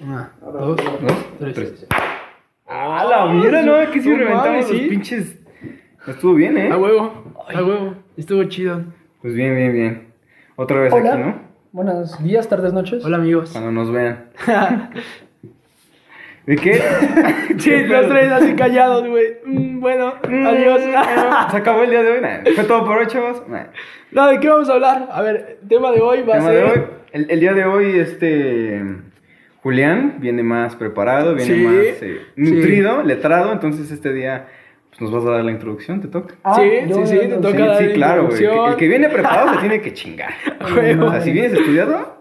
Una, dos, ¿No? tres. Tres. ¡Ah, la mierda! No, es que sí No reventamos mames, los sí. pinches. Estuvo bien, ¿eh? A huevo, a huevo. Estuvo chido. Pues bien, bien, bien. Otra vez Hola. aquí, ¿no? Buenos días, tardes, noches. Hola, amigos. Cuando nos vean. ¿De qué? Sí, los tres así callados, güey. Mm, bueno, adiós. Se acabó el día de hoy. Nah, Fue todo por hoy, chavos. Nah. no, ¿de qué vamos a hablar? A ver, tema de hoy va Tema a de ser... hoy. El, el día de hoy, este. Julián viene más preparado, viene Sí, más eh, sí. nutrido, letrado. Entonces, este día pues, nos vas a dar la introducción, te toca. Ah, sí, yo- sí, sí, yo- te yo- toca Sí, dar sí, la claro, güey. El que- El que introducción. viene preparado se tiene que chingar. Huevo. O sea, si vienes estudiado,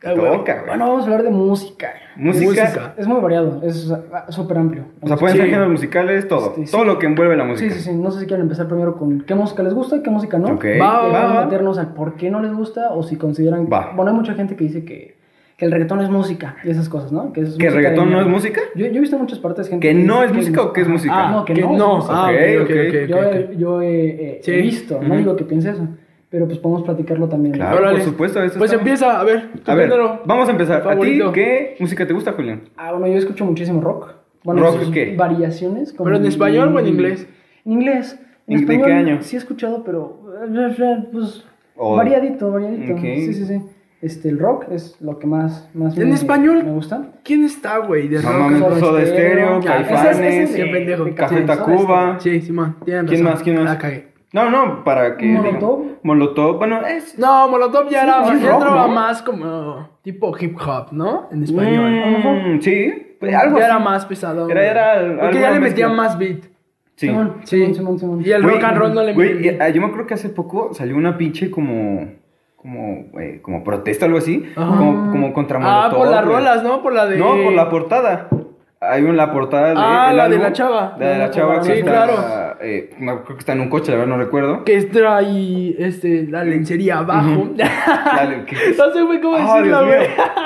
te Ah, huevo. toca, güey. Bueno, vamos a hablar de música. música, música. Es muy variado, es ah, súper amplio. O sea, pueden ser Sí. géneros musicales, todo. Sí, sí. Todo lo que envuelve la música. Sí, sí, sí. No sé si quieren empezar primero con qué música les gusta y qué música no. Ok. Y Va, luego va, va. meternos al por qué no les gusta o si consideran. Va. Bueno, hay mucha gente que dice que, que el reggaetón es música y esas cosas, ¿no? Que, es ¿Que música el reggaetón de no es mierda. música? Yo, yo he visto en muchas partes gente. ¿Que no es dice música o que es música? Ah, no, que, no. es música. Ah, ok, ok, ok. yo, he- yo he, he- Sí. he visto, Ujú. no digo que piense eso, pero pues podemos platicarlo también. ¿no? Claro, Órale. Ah, por supuesto. eso Pues está- empieza, a ver. tú A ver, primero. vamos a empezar. ¿A ti Favorito. qué música te gusta, Julián? Ah, bueno, yo escucho muchísimo rock. Bueno, ¿Rock sus qué? Variaciones. como ¿Pero en español o en inglés? En inglés. En ¿De qué español año? Sí he escuchado, pero eh, pues O- variadito, variadito. Ok. Sí, sí, sí. Este, el rock es lo que más, más ¿En español? me gusta. ¿Quién está, güey? De No rock? mames, Soda Soda Stereo, Stereo, ya, ese Caifanes, es- ese es de- Qué pendejo. de Café Soda Tacuba. Sí, Simón, tienen razón. ¿Quién más? ¿Quién más? La cagué. No, no, para que... Molotov. diga- Molotov, bueno, es... No, Molotov ya era sí, más, es ya rock, entraba ¿no? más como tipo hip hop, ¿no? En español. a lo mejor. Mm, sí, pues, algo ya era así. más pesado. Era- era güey. al- Porque ya alguna le metía mezcla. más beat. Sí. Simón, Sí. Simón, Simón, Simón. Y el Güey, rock and roll no le güey, metía. eh, yo me acuerdo que hace poco salió una pinche como... Como, güey, como protesta, algo así. Ajá. Como, como contra Ah, Molotov. por las güey. rolas, ¿no? Por la de. No, por la portada. Hay una la portada de. Ah, del la de álbum, la chava. La de la Sí, chava que está, claro. eh, no, creo que está en un coche, la verdad no recuerdo. Que trae este, la lencería abajo. Dale, ¿qué? no sé, güey, cómo Ah, decirla, Dios mío.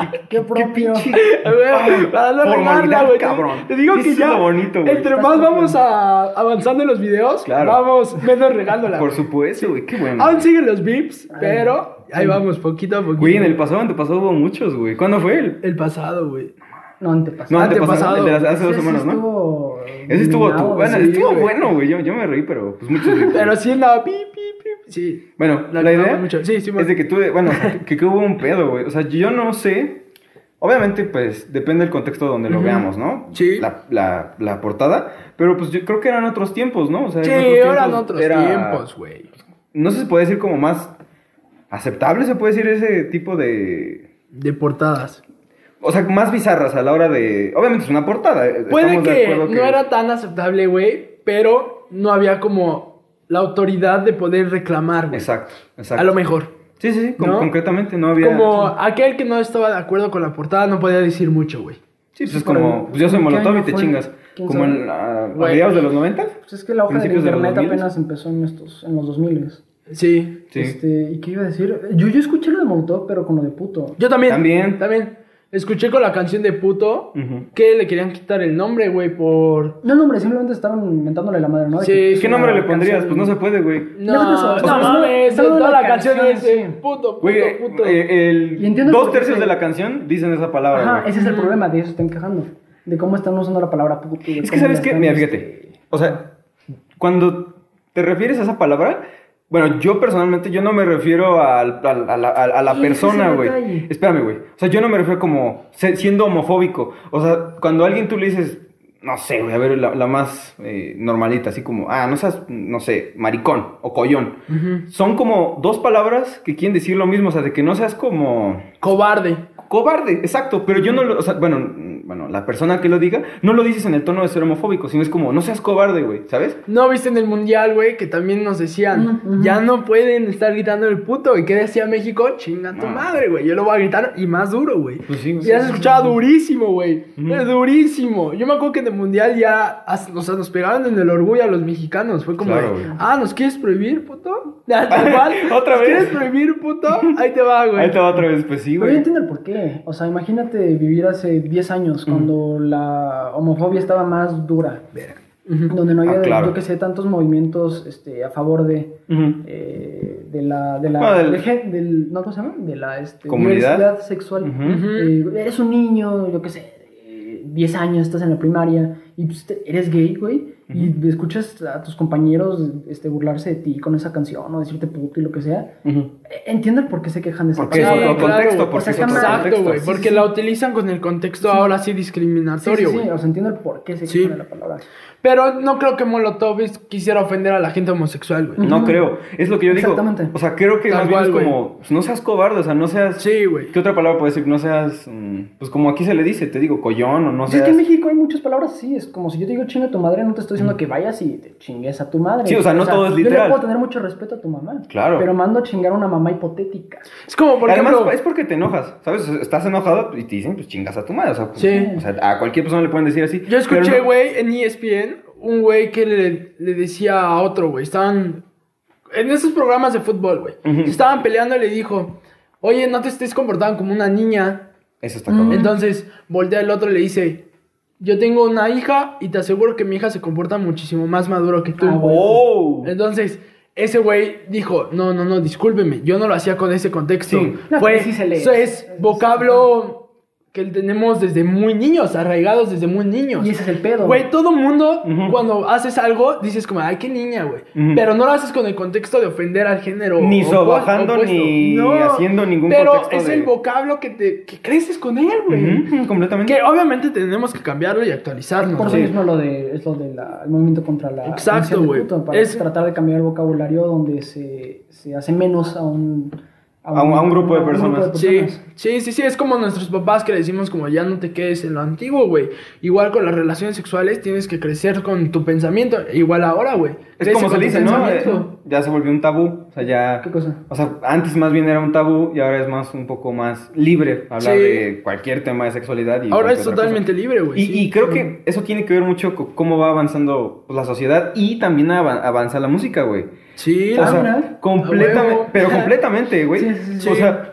güey. Qué propio. A ver, Para no Formalidad, regarla, güey. Te- cabrón. Te digo Eso que es ya. lo bonito, güey. entre más vamos a, avanzando en los videos, Claro. vamos menos regándola. Por güey. supuesto, güey, qué bueno. Aún siguen los vips, pero ahí vamos, poquito a poquito. Güey, en el pasado, antepasado hubo muchos, güey. ¿Cuándo fue el? El pasado, güey. No, antepasado. No, Antepasado. antepasado. El de las- hace dos Ese sí semanas, ¿no? Estuvo, Ese estuvo nominado, tu- bueno, sí. estuvo güey. bueno, güey. Yo, yo me reí, pero pues muchos. güey. Pero sí en la. Pi, pi, pi, sí. Bueno, La la, cagamos idea mucho. Sí, sí, es de que tuve, bueno, que, que hubo un pedo, güey. O sea, yo no sé. Obviamente, pues, depende del contexto donde lo Ujú. veamos, ¿no? Sí. La, la, la portada. Pero, pues, yo creo que eran otros tiempos, ¿no? O sea, en Sí, tiempos eran otros era- tiempos, güey. No sé si se puede decir como más aceptable, se puede decir ese tipo de... De portadas. O sea, más bizarras a la hora de... Obviamente es una portada. eh, Puede estamos de que acuerdo no era tan aceptable, güey, pero no había como la autoridad de poder reclamar, güey. Exacto, exacto. A lo mejor. Sí, sí, sí, con- ¿No? concretamente no había... Como aquel que no estaba de acuerdo con la portada no podía decir mucho, güey. Sí, pues es Pero, como... Pues yo soy ¿en qué Molotov y año te fue? chingas. ¿Quién Como sabe? en la- a Güey. mediados de los 90. Pues es que la hoja del Principios de los internet 2000. apenas empezó en, estos, en los 2000. Sí. Sí. Este, ¿Y qué iba a decir? Yo, yo escuché lo de Molotov, pero con lo de puto. Yo también. También. También. Escuché con la canción de puto Ujú. que le querían quitar el nombre, güey, por. No, no, hombre, simplemente estaban inventándole la madre, ¿no? De Sí, que- Es ¿Qué una nombre le pondrías? canción. Pues no se puede, güey. No, Déjate eso, no, o sea, no, mames, no, toda la la canción canción, es de sí. puto, puto, Güey, eh, puto. eh, el- Y entiendo dos por qué tercios se- de la canción dicen esa palabra. Ajá, güey. ese es el problema, de eso están quejando. De cómo están usando la palabra puto. y de Es que, cómo ¿sabes la qué? están, Mira, este, fíjate. O sea, cuando te refieres a esa palabra, bueno, yo personalmente, yo no me refiero al- al- a, la, a la- a la Sí, ese es el persona, güey. detalle. Espérame, güey. O sea, yo no me refiero como se- siendo homofóbico. O sea, cuando a alguien tú le dices, no sé, güey, a ver, la, la más eh, normalita, así como, ah, no seas, no sé, maricón o collón. Ujú. Son como dos palabras que quieren decir lo mismo. O sea, de que no seas como... Cobarde. Cobarde, exacto, pero yo no lo, o sea, bueno, mm, bueno, la persona que lo diga, no lo dices en el tono de ser homofóbico, sino es como, no seas cobarde, güey, ¿sabes? No viste en el mundial, güey, que también nos decían, Ujú, ujú. ya no pueden estar gritando el puto. ¿Y qué decía México? Chinga tu No. madre, güey. Yo lo voy a gritar y más duro, güey. Ah. Pues sí, Ya se escuchaba durísimo, güey. Ujú. Eh, Durísimo. Yo me acuerdo que en el mundial ya, as- o sea, nos pegaron en el orgullo a los mexicanos. Fue como, Claro, de, güey. ah, ¿nos quieres prohibir, puto? Ya, tal cual. Otra ¿Nos vez. ¿Quieres prohibir, puto? Ahí te va, güey. Ahí te va otra vez, pues sí, Pero yo güey. entiendo el porqué. O sea, imagínate vivir hace 10 años, cuando la homofobia estaba más dura. Ujú. Donde no Ah, había, claro. yo que sé, tantos movimientos este, a favor de... Ujú. eh, de la, de la, Ah, del- del gen- del- ¿no, ¿cómo se llama? De la, este, Comunidad. diversidad sexual. Ujú. Eh, eres un niño, yo qué sé, eh, 10 años, estás en la primaria, y pues, te- eres gay, güey, y escuchas a tus compañeros este, burlarse de ti con esa canción, o decirte puto y lo que sea, eh, entiendo por qué se quejan de esa Porque es Sí, palabra. otro claro, contexto, güey. porque es O sea, otro está- Exacto, contexto. güey. Sí, Porque sí. la utilizan con el contexto ahora sí Sí, sí, discriminatorio, sí, güey. o sea, entiendo el por qué se Sí. quejan de la palabra. Pero no creo que Molotov es- quisiera ofender a la gente homosexual, güey. No creo. Es lo que yo digo. Exactamente. O sea, creo que Tal más bien es cual, como, pues, no seas cobarde, o sea, no seas... Sí, güey. ¿Qué otra palabra puede decir? No seas, mm, pues como aquí se le dice, te digo, collón o no Pues es seas... que en México hay muchas palabras así, es como si yo te digo chinga a tu madre, no te estoy diciendo que vayas y te chingues a tu madre. Mm. Sí, o sea, no todo es Yo literal. le puedo tener mucho respeto a tu mamá. Claro. Pero mando a chingar a una mamá hipotética. Es como, por Además, ejemplo... es porque te enojas, ¿sabes? O sea, Estás enojado y te dicen, pues chingas a tu madre. O sea, pues, Sí. o sea, a cualquier persona le pueden decir así. Yo escuché, pero no- güey, en E ESPN, un güey que le, le decía a otro, güey, estaban en esos programas de fútbol, güey. Estaban peleando y le dijo, oye, no te estés comportando como una niña. Eso está cabrón. Entonces voltea el otro y le dice, yo tengo una hija y te aseguro que mi hija se comporta muchísimo más maduro que tú. Ah, güey. ¡Oh! Entonces, ese güey dijo, no, no, no, discúlpeme, yo no lo hacía con ese contexto. Sí. No, Fue- pero sí se lee. Eso es Eso sí. vocablo que tenemos desde muy niños, arraigados desde muy niños. Y ese es el pedo. Güey, todo mundo, Ujú. cuando haces algo, dices como, ay, qué niña, güey. Ujú. Pero no lo haces con el contexto de ofender al género. Ni opu- sobajando, opuesto. ni haciendo ningún Pero contexto es de- el vocablo que, te, que creces con él, güey. Ujú, completamente. Que obviamente tenemos que cambiarlo y actualizarnos. Por eso Sí. mismo lo de, es lo del movimiento contra la Exacto, violencia de güey. puto, Para Es- tratar de cambiar el vocabulario donde se, se hace menos a un... A un- a un grupo de personas. Sí, sí, sí, sí, es como nuestros papás que le decimos como ya no te quedes en lo antiguo, güey. Igual con las relaciones sexuales tienes que crecer con tu pensamiento, igual ahora, güey. Es Crece como se con tu dice, ¿no? pensamiento. Eh, Ya se volvió un tabú. O sea, ya. ¿Qué cosa? O sea, antes más bien era un tabú y ahora es más un poco más libre hablar Sí. de cualquier tema de sexualidad. Y Ahora cualquier es otra cosa. totalmente libre, güey. Eh, Y, sí. y creo que eso tiene que ver mucho con cómo va avanzando pues, la sociedad y también av- avanza la música, güey. Sí, O la- sea, mira. A completamente, huevo. pero completamente, güey. Sí, sí, sí. O sea,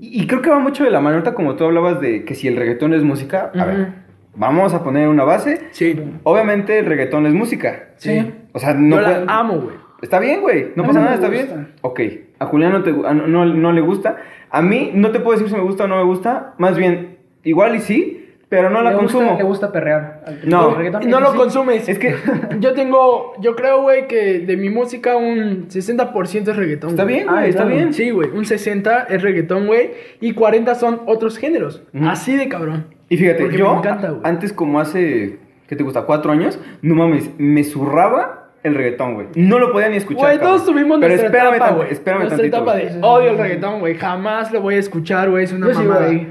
y y creo que va mucho de la mano ahorita como tú hablabas de que si el reggaetón es música, a ver, Ujú. vamos a poner una base. sí. Obviamente el reggaetón es música. Sí. O sea, no Yo la puede- amo, güey. Está bien, güey. No A mí pasa no nada, me está gusta. bien. Ok. A Julián no, te gu- a- no, no- no le gusta. A mí no te puedo decir si me gusta o no me gusta. Más bien, igual y sí, pero no la le consumo. Gusta, le gusta perrear. al- No, al reggaetón, No eso lo sí. consumes. Es que- yo tengo, yo creo, güey, que de mi música un 60% es reggaetón. Está güey. bien, güey, Ah, está claro. bien. Sí, güey, un 60 es reggaetón, güey, y 40 son otros géneros. Ujú. Así de cabrón. Y fíjate, Porque yo me encanta, güey. antes como hace, ¿qué te gusta? Cuatro años, no mames, me zurraba el reggaetón, güey. No lo podía ni escuchar. Güey, cabrón. todos tuvimos Pero nuestra espérame etapa, tan- güey. Espérame nuestra tantito, etapa güey. de odio el reggaetón, güey. Jamás lo voy a escuchar, güey. Es una Yo sí, mamada. güey.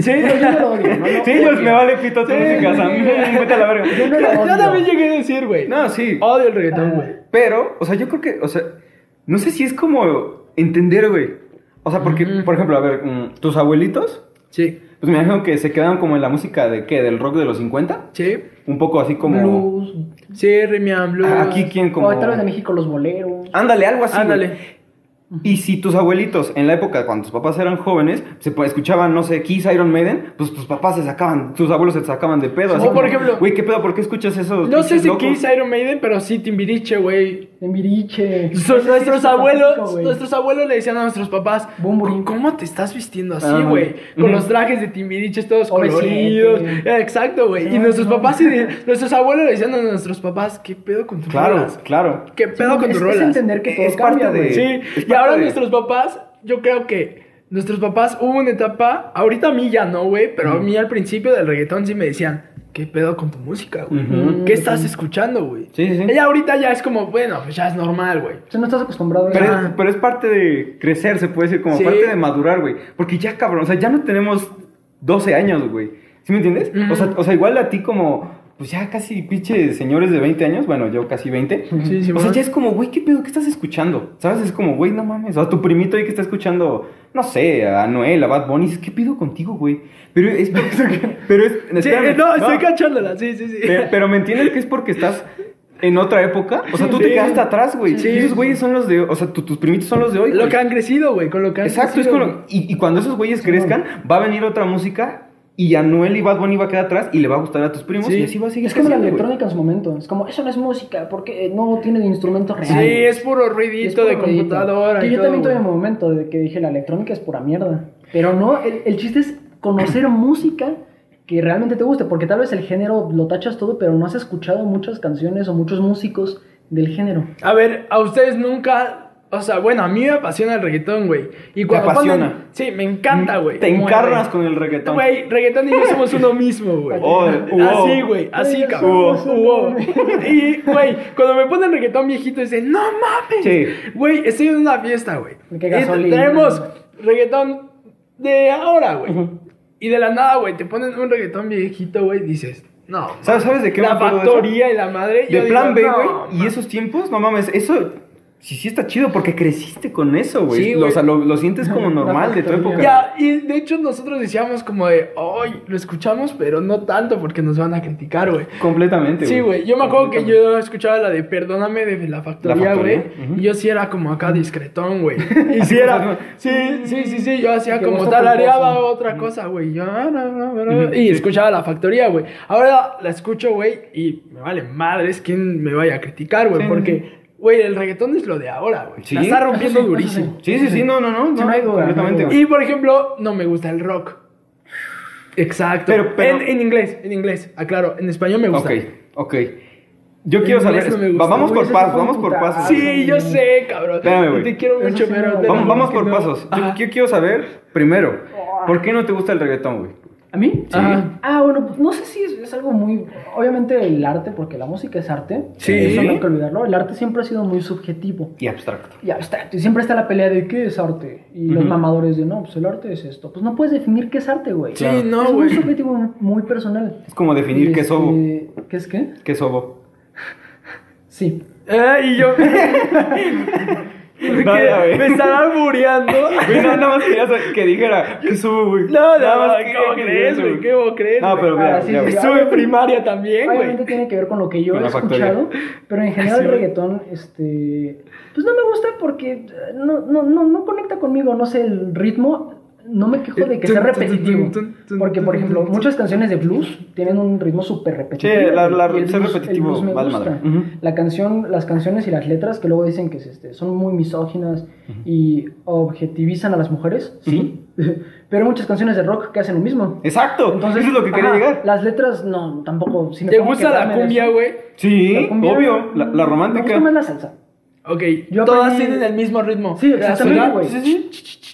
Sí, No, yo no lo odio, no, no. Sí, ellos me vale pito tu música, o sea, vete a la verga. Yo no lo Yo odio. también llegué a decir, güey. Ah. No, sí. Odio el reggaetón, güey. Pero, o sea, yo creo que, o sea, no sé si es como entender, güey. O sea, porque, por ejemplo, a ver, mm, tus abuelitos, Sí, pues me imagino que se quedaron como en la música de qué, del rock de los 50, sí. un poco así como... ah, Blues. Sí, Remian Blues. Aquí quién como... O tal vez de México los boleros. Ándale, algo así. Ándale. güey. Y si tus abuelitos, en la época cuando tus papás eran jóvenes, se po- escuchaban, no sé, Kiss, Iron Maiden, pues tus papás se sacaban, tus abuelos se sacaban de pedo. O, así por como, ejemplo, Güey, ¿qué pedo? ¿Por qué escuchas eso? No sé si Kiss Iron Maiden, pero sí Timbiriche, güey. En Viriche. Son nuestros abuelos, Nuestros... nuestros abuelos le decían a nuestros papás, Bum, bum. ¿cómo te estás vistiendo así, Ah, güey? Con ujú. los trajes de timbiriches todos Obviamente. coloridos. Eh, Exacto, güey. y No, nuestros no. papás y de- nuestros abuelos le decían a nuestros papás, ¿qué pedo con tus Claro, rolas? claro. ¿Qué pedo con tus es, es rolas? entender que todo Es cambia, parte de- güey. Sí, Es y ahora parte de- nuestros papás, yo creo que nuestros papás hubo una etapa, ahorita a mí ya no, güey, pero a mí al principio del reggaetón sí me decían, ¿qué pedo con tu música, güey? Ujú. ¿Qué estás escuchando, güey? Sí, sí, sí. Ella ahorita ya es como, bueno, pues ya es normal, güey. O sea, no estás acostumbrado a Pero es, Ah. pero es parte de crecer, se puede decir, como Sí. parte de madurar, güey. Porque ya, cabrón, o sea, ya no tenemos 12 años, güey. ¿Sí me entiendes? o, sea, Ujú. o sea, igual a ti como, pues ya casi pinche señores de 20 años, bueno, yo casi 20. Sí, sí, o sea, man. ya es como, güey, ¿qué pedo? ¿Qué estás escuchando? ¿Sabes? Es como, güey, no mames. O sea, tu primito ahí que está escuchando, no sé, a Noel, a Bad Bunny, dices, ¿qué pedo contigo, güey? Pero es... pero es Sí, espérame, eh, no, estoy cachándola, sí, sí, sí. pero, pero me entiendes que es porque estás en otra época. O sea, tú te Sí. quedaste atrás, güey. Sí. Y esos güeyes son los de. O sea, tu- tus primitos son los de hoy. lo güey. que han crecido, güey, con lo que han Exacto, es crecido, con lo- y, y cuando esos güeyes crezcan, va a venir otra música Y Anuel y Bad Bunny va a quedar atrás y le va a gustar a tus primos Sí. y así va a seguir. Es como la creciendo, güey. electrónica en su momento. Es como, eso no es música, porque eh, no tiene instrumentos Sí, reales. es puro Y es ruidito puro de ruidito. computadora. Que y yo todo, también tuve güey. un momento de que dije, la electrónica es pura mierda. Pero no, el, el chiste es conocer música que realmente te guste, porque tal vez el género lo tachas todo, pero no has escuchado muchas canciones o muchos músicos del género. A ver, a ustedes nunca. O sea, bueno, a mí me apasiona el reggaetón, güey. Y cuando apasiona? Mm, ponen- sí, me encanta, güey. Te Como el encarnas reggaetón. con el reggaetón. Güey, reggaetón y yo somos uno mismo, güey. Oh, wow. Así, güey, así, Ay, cabrón. somos Wow. uno Y, güey, cuando me ponen reggaetón viejito, dicen, no mames. Sí. Güey, estoy en una fiesta, güey. Qué Y gasolina. Tenemos reggaetón de ahora, güey. Y de la nada, güey, te ponen un reggaetón viejito, güey, dices, no. ¿Sabes, sabes de qué me La acuerdo de eso? factoría y la madre. De yo plan B, digo, güey. no, y esos tiempos, no mames, eso sí, sí está chido porque creciste con eso, güey. Sí, Lo- güey. o sea, lo, lo sientes como La normal de tu factoría. época. Ya, y de hecho nosotros decíamos como de, ay, lo escuchamos, pero no tanto porque nos van a criticar, güey. Completamente, Sí, güey, yo me acuerdo que yo escuchaba la de Perdóname de la La factoría, güey. Factoría, ujú. Y yo sí era como acá discretón, güey. Y sí era, sí, sí, sí, sí, yo hacía Que como gusto talareaba culposo. otra cosa, güey. Yo, ah, no, no, no, no, y escuchaba la factoría, güey. Ahora la escucho, güey, y me vale madres quién me vaya a criticar, güey, Sí, porque, güey, el reggaetón es lo de ahora, güey. Sí. La está rompiendo Eso sí, eso sí. durísimo. Sí, sí, sí, no, no, no. Sí, no hay duda, completamente, no hay duda. güey. Y por ejemplo, no me gusta el rock. Exacto. Pero- pero- en, en inglés, en inglés. Aclaro, en español me gusta. Ok, ok. Yo En quiero inglés saber. no me gusta, va- vamos güey, por ese pasos, fue un vamos por putazo. pasos. Sí, yo sé, cabrón. Espérame, güey. Te quiero Eso mucho, sí pero. no. te Vamos, lo vamos juro por que no. pasos. Yo, Ajá. yo quiero saber, primero, ¿por qué no te gusta el reggaetón, güey? ¿A mí? Ajá. Ah, bueno, pues, no sé si es, es algo muy... Obviamente el arte, porque la música es arte. Sí. Eso no hay que olvidarlo. El arte siempre ha sido muy subjetivo. Y abstracto. Y abstracto. Y siempre está la pelea de qué es arte. Y los Ujú. mamadores de no, pues el arte es esto. Pues no puedes definir qué es arte, güey. Sí, no, es güey. un subjetivo muy personal. Es como definir qué es obo. Este, ¿Qué es qué? ¿Qué es obo? Sí. Ah, y yo. Nada, Que güey. me están albureando. Güey, no, nada más quería saber que dijera qué es obo, güey. No, Nada no, más no, quería ¿cómo que crees, dijera eso, güey? ¿Cómo crees? No, pero güey? mira, Ah, sí, ya sí, ves. Estuve en primaria también, güey. Obviamente tiene que ver con lo que yo Con he la factoría. Ah, escuchado, pero en general Sí, el güey. reggaetón, este, pues no me gusta porque eh, no, no, no, no conecta conmigo, no sé, el ritmo, no me quejo de que sea repetitivo, porque por ejemplo, muchas canciones de blues tienen un ritmo súper repetitivo. Sí, la- la- y el ser blues- repetitivo el blues me vale gusta. madre. Ujú. La canción, las canciones y las letras que luego dicen que es, este, son muy misóginas y objetivizan a las mujeres, sí, pero muchas canciones de rock que hacen lo mismo. Exacto, Entonces, eso es lo que quería ajá, llegar. Las letras, no, tampoco. si me ¿Te pongo a gusta la quejarme de cumbia, eso, güey? Sí, la cumbia- obvio, la, la Me gusta más romántica. la salsa. Ok, Yo todas aprendí- tienen el mismo ritmo. Sí, exactamente, ¿Verdad? güey.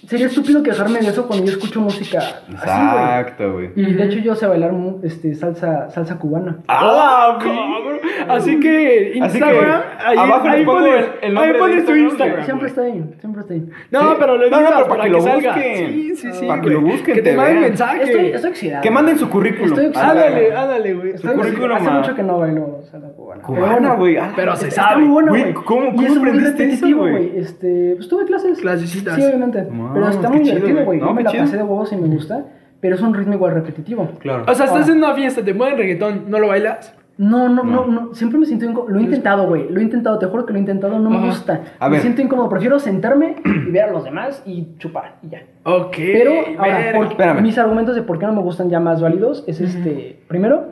Sería estúpido quejarme de eso cuando yo escucho música así, Exacto, güey. güey. Y de hecho yo sé bailar mu- este, salsa, salsa cubana. ¡Ah, Cabrón. Así que Así que, Instagram, ahí, abajo les ahí pongo pones, el- el nombre ahí pones de tu Instagram, Instagram. güey. Siempre está ahí, siempre está ahí. No, Sí. pero lo No, no, editas pero para para que que, lo salga. busquen. Sí, sí, sí. Para que güey. lo busquen, Que te te manden Ah, vean. mensaje. Estoy, estoy oxidado. Ah, Que manden su currículum. Estoy Ah, Ándale, ándale, güey. Estoy Su currículum, Hace ma. mucho que no bailo salsa cubana. Cubana, güey. ah, Pero se Está sabe. muy buena, Güey, güey. ¿cómo- Y cómo es muy aprendiste eso, repetitivo, güey? Este, pues tuve clases. Clasecitas. Sí, obviamente. Wow, pero está qué muy chido, güey. divertido, güey. No, Yo me qué la chido. pasé de huevos y me gusta, pero es un ritmo igual repetitivo. Claro. O sea, estás Ahora. en una fiesta, te mueven reggaetón, ¿no lo bailas? No, no, no, no. Siempre me siento incómodo. Lo he intentado, güey. Lo he intentado, te juro que lo he intentado. No Ajá. me gusta. A me ver. siento incómodo. Prefiero sentarme y ver a los demás y chupar y ya. Ok. Pero ahora, Eh, verga. por- espérame. mis argumentos de por qué no me gustan ya más válidos es este, primero,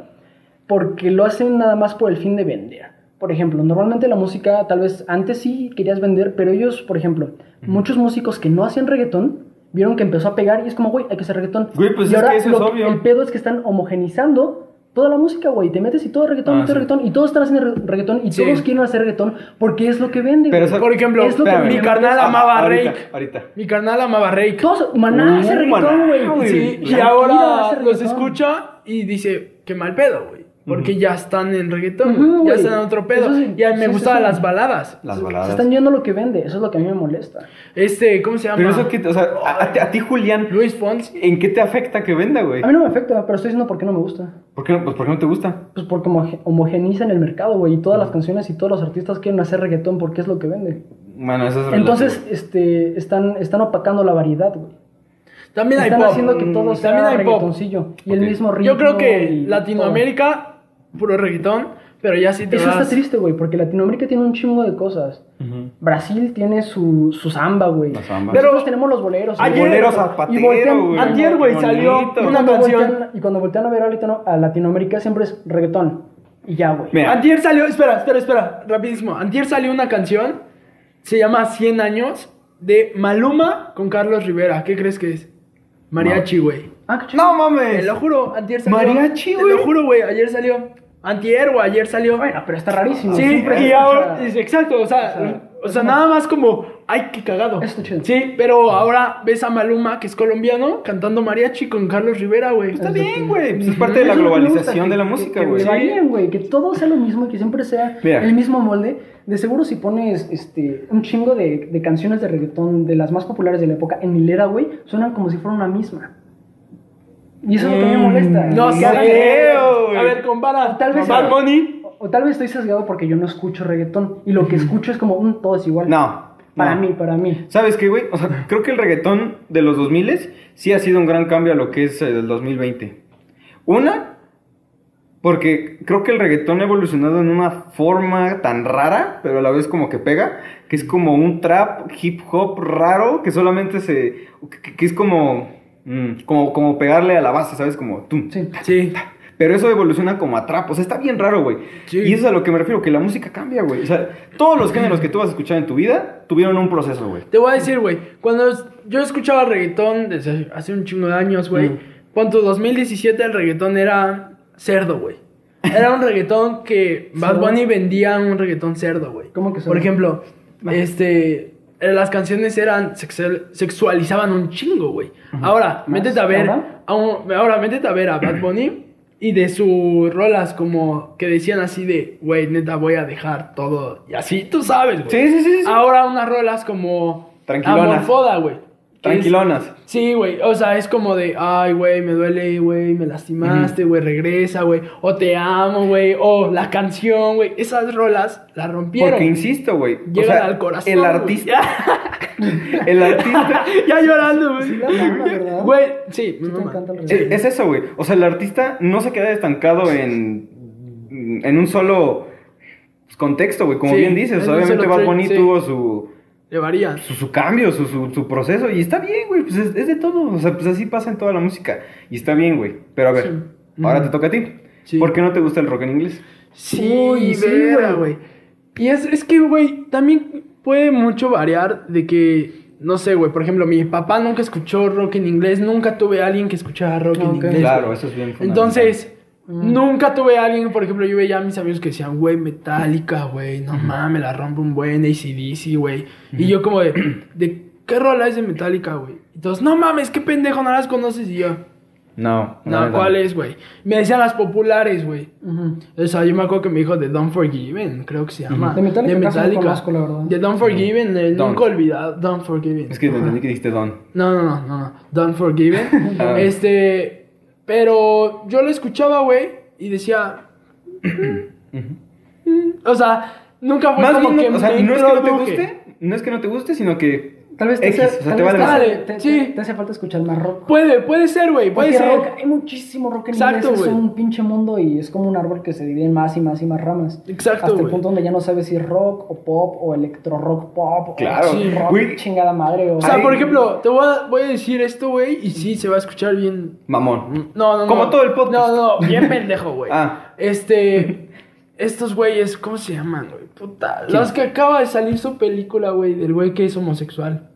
porque lo hacen nada más por el fin de vender. Por ejemplo, normalmente la música, tal vez antes sí querías vender, pero ellos, por ejemplo, muchos músicos que no hacían reggaetón vieron que empezó a pegar y es como, güey, hay que hacer reggaetón. Güey, pues Y es ahora que eso lo es obvio. El pedo es que están homogenizando toda la música, güey. Te metes y todo es Ah, reggaetón, y todo sí. es reggaetón, y todos están haciendo re- reggaetón, y Sí. todos quieren hacer reggaetón porque es lo que vende. Pero güey. eso- Por ejemplo, Es lo que espérame. mi carnal Ah, amaba a ahorita, Rake. Ahorita. Mi carnal amaba a Rake. Todos, maná, Uh, hace Maná, reggaetón, güey. güey. Sí, y Shakira ahora hace los reggaetón. escucha y dice, qué mal pedo, güey. Porque ya están en reggaetón, Ujú, güey, ya güey. están en otro pedo. Eso sí, y a mí me sí, sí, gustaban sí. las baladas. Las Se baladas. están yendo lo que vende, eso es lo que a mí me molesta. Este, ¿cómo se llama? Pero eso que, o sea, a, a ti- a ti, Julián, Luis Fonsi. ¿en qué te afecta que venda, güey? A mí no me afecta, pero estoy diciendo por qué no me gusta. ¿Por qué, no- pues, ¿por qué no te gusta? Pues porque homo- homogenizan el mercado, güey, y todas las canciones y todos los artistas quieren hacer reggaetón porque es lo que vende. Bueno, eso es relativo. Entonces, este, están, están opacando la variedad, güey. También hay Están pop. Mm, haciendo que todo sea También hay pop. reggaetoncillo y el Ok. mismo ritmo. Yo creo que y Latinoamérica, puro reggaetón. Pero ya sí te Eso vas. está triste, güey, porque Latinoamérica tiene un chingo de cosas. Brasil tiene su, su samba, güey. La samba. Pero Pero- tenemos los boleros. Ayer- güey. Bolero Y zapatero, voltean- güey. Antier, güey, salió Bonito. una Cuando canción. voltean- y cuando voltean a ver ahorita no- a Latinoamérica siempre es reggaetón. Y ya, güey. Mira. Antier salió, espera, espera, espera, rapidísimo. Antier salió una canción, se llama 100 años, de Maluma con Carlos Rivera. ¿Qué crees que es? Mariachi, güey. Ah, qué chido. ¡No Te mames! lo juro, antier salió. Mariachi, Te güey. lo juro, güey, ayer salió. Antier, güey, ayer salió. Bueno, pero está rarísimo. Sí, siempre y escucha- ahora, es- exacto, o sea, o sea, nada más como, ay, qué cagado. Está chido. Sí, pero ahora ves a Maluma, que es colombiano, cantando mariachi con Carlos Rivera, güey. Está bien, güey. Pues es parte Eso de la es lo que me gusta, globalización que- de la que- música, que güey. varíen, güey, que todo sea lo mismo y que siempre sea Mira. el mismo molde. De seguro si pones este un chingo de, de canciones de reggaetón de las más populares de la época en hilera, güey, suenan como si fuera una misma. Y eso es lo que me Mm, molesta. No Que sé, hagan- güey. A ver, compara. Tal vez- Bad Bunny. O, o tal vez estoy sesgado porque yo no escucho reggaetón y lo que escucho es como un todo es igual. No. Para no. mí, para mí. ¿Sabes qué, güey? O sea, creo que el reggaetón de los 2000 sí ha sido un gran cambio a lo que es eh, el 2020. Una, porque creo que el reggaetón ha evolucionado en una forma tan rara, pero a la vez como que pega, que es como un trap hip hop raro que solamente se. que, que es como. mm, como, como pegarle a la base, ¿sabes? Como. tum, Sí. Sí. Pero eso evoluciona como a trap. O sea, está bien raro, güey. Sí. Y eso es a lo que me refiero, que la música cambia, güey. O sea, todos los géneros que tú vas a escuchar en tu vida tuvieron un proceso, güey. Te voy a decir, güey, cuando es- yo escuchaba reggaetón desde hace un chingo de años, güey, Mm. pon tu 2017 el reggaetón era cerdo, güey. Era un reggaetón que Bad Cerdo. Bunny vendía un reggaetón cerdo, güey. ¿Cómo que cerdo? Por ejemplo, este eh, las canciones eran sexual- sexualizaban un chingo, güey. Ahora, ¿Más? métete a ver ¿Ahora? a un- ahora métete a ver a Bad Bunny y de sus rolas como que decían así de, güey, neta voy a dejar todo y así, tú sabes, güey. Sí, sí, sí, sí. Ahora unas rolas como. Tranquilonas. Amorfoda, güey. Que Tranquilonas. es- Sí, güey. O sea, es como de. Ay, güey, me duele, güey. Me lastimaste, güey. Regresa, güey. O te amo, güey. O la canción, güey. Esas rolas las rompieron. Porque insisto, güey. o Llegan sea, al corazón. El güey. artista. El artista. ya llorando, güey. la mama, ¿verdad? Güey, sí. me te mama. encanta el Sí. es, es eso, güey. O sea, el artista no se queda estancado en. en un solo pues, contexto, güey. Como Sí, bien en dices. un obviamente solo Bad trip, Bunny sí. tuvo su. Le varía. su, su cambio, su, su, su proceso. Y está bien, güey. Pues es, es de todo. O sea, pues así pasa en toda la música. Y está bien, güey. Pero a ver, Sí. ahora Ujú. te toca a ti. Sí. ¿Por qué no te gusta el rock en inglés? Sí, Uy, sí, verga, güey. güey. Y es, es que, güey, también puede mucho variar de que, no sé, güey, por ejemplo, mi papá nunca escuchó rock en inglés, nunca tuve a alguien que escuchara rock en Ok. Mm. inglés. Claro, güey. eso es bien fundamental. Entonces, nunca tuve a alguien, por ejemplo, yo veía a mis amigos que decían, güey, Metallica, güey, no mames, la rompo un buen ACDC, güey. Y yo como de, ¿de qué rola es de Metallica, güey? Entonces, no mames, qué pendejo, no las conoces. Y yo, No. no, ¿cuál es, güey? Me decían las populares, güey. Ujú. O sea, yo me acuerdo que me dijo The Don't Forgiven, creo que se llama. De Metallica casi no conozco, la verdad. The Don't Forgiven, el Don't. nunca olvidado. Don't Forgiven. Es que entendí que dijiste Don. No, no, no, no, no. Don't Forgiven. Ah. este. Pero yo lo escuchaba, güey, y decía. "Mm, mm". o sea, nunca fue Más como bien, no, que. o sea, me no es que no te introduje. guste, no es que no te guste, sino que. Tal vez te, X, hace, o sea, tal te vez vale te hace- madre. te- te- Sí. te hace falta escuchar más rock. Puede, puede ser, güey, puede Porque ser. rock- hay muchísimo rock en Exacto, inglés, es güey. un pinche mundo y es como un árbol que se divide en más y más y más ramas. Exacto, Hasta el güey. punto donde ya no sabes si es rock o pop o electro rock pop Claro. o Sí. rock Güey. chingada madre. O sea, Ay. por ejemplo, te voy a, voy a decir esto, güey, y sí, se va a escuchar bien Mamón. No, no, no. Como todo el podcast. No, no, no, bien pendejo, güey. Ah. Este. Estos güeyes, ¿cómo se llaman, güey? Puta. Los que acaba de salir su película, güey, del güey que es homosexual.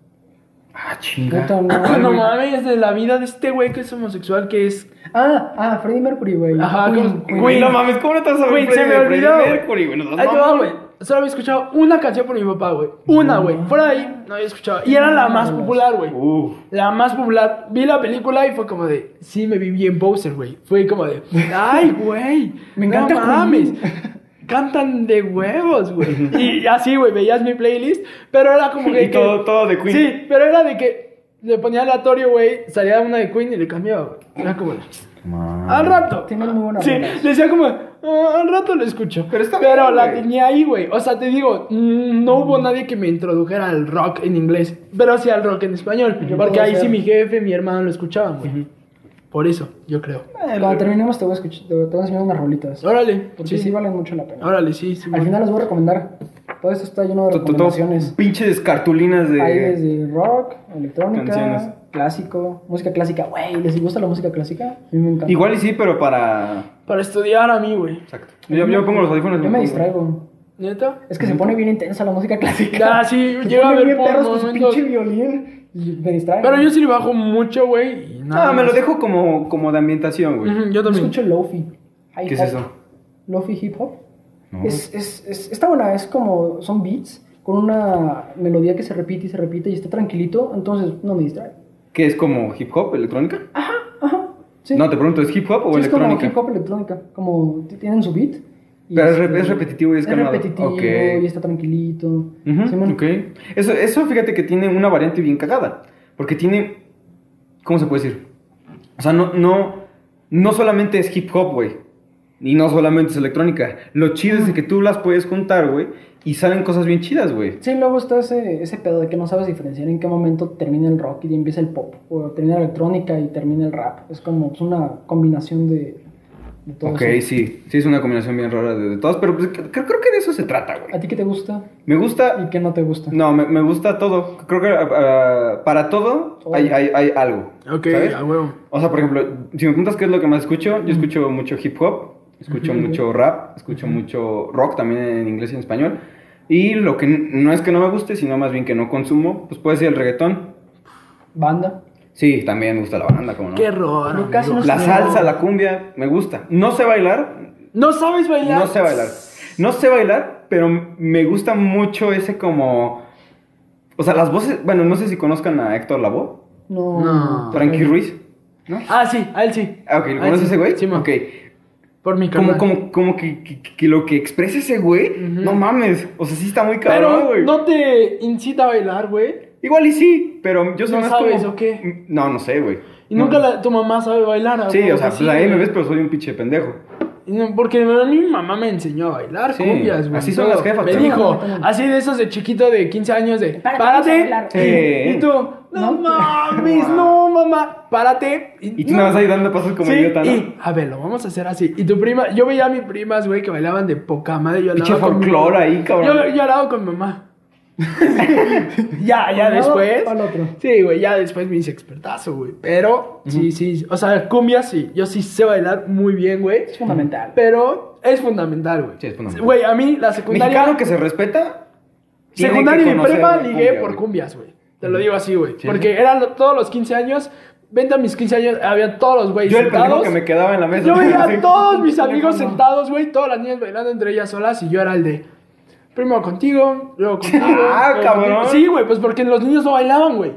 Ah, chinga. Puta madre. Ah, no güey. mames, de la vida de este güey que es homosexual, que es. Ah, ah, Freddie Mercury, güey. Ajá, Queen, como- Queen. Güey, no mames, ¿cómo no te vas a ver Güey, se Freddie- me Freddie olvidó. güey. Mercury, güey? No seas Ahí te va, mamón. güey. Solo había escuchado una canción por mi papá, güey. Una, güey. Fuera de ahí, no había escuchado. Y era la más popular, güey. Uf. La más popular. Vi la película y fue como de. Sí, me vi bien Bowser, güey. Fue como de. ¡Ay, güey! Me encanta ¡No Queen". mames! Cantan de huevos, güey. Y así, güey, veías mi playlist. Pero era como que. Y todo- que- todo de Queen. Sí, pero era de que. Le ponía aleatorio, güey. Salía una de Queen y le cambiaba, güey. Era como. Ah. Al rato. Tienen muy buena Sí, rola. le decía como, "Ah, al rato lo escucho. Pero está bien, la güey. tenía ahí, güey. O sea, te digo, mm, no hubo nadie que me introdujera al rock en inglés, pero sí al rock en español. Yo porque puedo ahí ser. sí mi jefe, mi hermano lo escuchaban, güey. Por eso, yo creo. Pues Cuando terminemos te voy a escuchar, te, te voy a enseñar unas rolitas. Órale, Porque sí. sí. Ah, valen mucho la pena. Órale, sí. sí, Al bueno. final los voy a recomendar. Todo esto está lleno de To- to- to- recomendaciones. Pinches cartulinas de. Hay desde rock, electrónica, Canciones. clásico, música clásica. Güey, ¿les gusta la música clásica? A mí me encanta. Igual y sí, pero para. Para estudiar a mí, güey. Exacto. Yo, yo pongo los audífonos. y Yo me pongo. distraigo. ¿Neta? Es que se pone bien intensa la música clásica. Ah, sí, Se llega a pone ver bien por perros con su momentos. pinche violín. Y me distrae. Pero yo sí le bajo mucho, güey. y nada Ah, me lo más. dejo como, como de ambientación, güey. Ujú, yo también. escucho lofi. Hip ¿Qué es hop. eso? Lofi hip hop. No. Es, es, es, está buena, es como, son beats con una melodía que se repite y se repite y está tranquilito, entonces no me distrae. ¿Qué es como hip hop, electrónica? Ah, Ajá, sí. No, te pregunto, ¿es hip hop o Sí, es como electrónica? hip hop electrónica, como t- tienen su beat. y Pero es re- este, es repetitivo y es calmado. repetitivo Ok. y está tranquilito. Ujú, Sí, man. ok. Eso, eso fíjate que tiene una variante bien cagada. Porque tiene. ¿Cómo se puede decir? O sea, no, no, no solamente es hip hop, güey. Y no solamente es electrónica. Lo chido es de que tú las puedes juntar, güey. Y salen cosas bien chidas, güey. Sí, luego está ese, ese pedo de que no sabes diferenciar en qué momento termina el rock y empieza el pop, o termina la electrónica y termina el rap. Es como pues, una combinación de, de todo Ok, eso. sí. Sí, es una combinación bien rara de, de todas. Pero pues, cre- creo, que de eso se trata, güey. ¿A ti qué te gusta Me gusta. y qué no te gusta? No, me, me gusta todo. Creo que ah, para todo hay, hay- hay algo. Ok, ¿sabes? a huevo. O sea, por ejemplo, si me preguntas qué es lo que más escucho, yo escucho mucho hip hop, escucho mucho rap, escucho mucho rock también en inglés y en español. Y lo que n- no es que no me guste, sino más bien que no consumo, pues puede ser el reggaetón. Banda. Sí, también me gusta la banda, como no. Qué raro. Yo casi amigo. La No. salsa, la cumbia, me gusta. No sé bailar, ¿No sabes bailar? no sé bailar. No sé bailar, pero m- me gusta mucho ese como... O sea, las voces... Bueno, no sé si conozcan a Héctor Lavoe, No. No. Frankie Ruiz. ¿No? Ah, sí, a él sí. Ah, ok, ¿lo A él conoces sí. ese güey? Sí, ma. ok. Por mi Como, carnal. como, como que, que- que lo que expresa ese güey, no mames. O sea, sí está muy cabrón, Pero güey. no te incita a bailar, güey. Igual y sí, pero yo soy ¿No más sabes como- o qué? No, no sé, güey. Y No. nunca la- tu mamá sabe bailar. a Sí, huevo o sea, que pues ahí me güey. ves, pero soy un pinche pendejo. Y no, Porque a mí mi mamá me enseñó a bailar Sí, cumbias, güey. así son todo. las jefas, Me también. dijo, También. así de esos de chiquito de 15 años de, Párate, párate. vamos a bailar. Y- Sí. Y tú, no, No. mames, no, mamá, párate. Y tú me vas ahí dando pasos como Sí, idiota, ¿no? y, a ver, lo vamos a hacer así. Y tu prima, yo veía a mis primas, güey, que bailaban de poca madre. Yo al Pinche lado con mi- folclore ahí, cabrón. Yo, yo al lado con mamá. ya, ya Al lado, después. al otro. Sí, güey, ya después me hice expertazo, güey. Pero, sí, sí. O sea, cumbia sí. Yo sí sé bailar muy bien, güey. Es fundamental. Pero es fundamental, güey. Sí, es fundamental. Güey, a mí la secundaria. Mexicano que se respeta. tiene que Secundaria y conocer prepa la ligué cumbia, por güey. cumbias, güey. Te lo digo así, güey. Sí, Porque sí. eran lo- todos los 15 años. Vente a mis 15 años, había todos los güeyes Yo el pendejo sentados. que me quedaba en la mesa. Yo veía Sí. a todos mis amigos Teléfono. sentados, güey, todas las niñas bailando entre ellas solas y yo era el de primero contigo, luego contigo. Ah, luego cabrón. contigo. Sí, güey, pues porque los niños no bailaban, güey.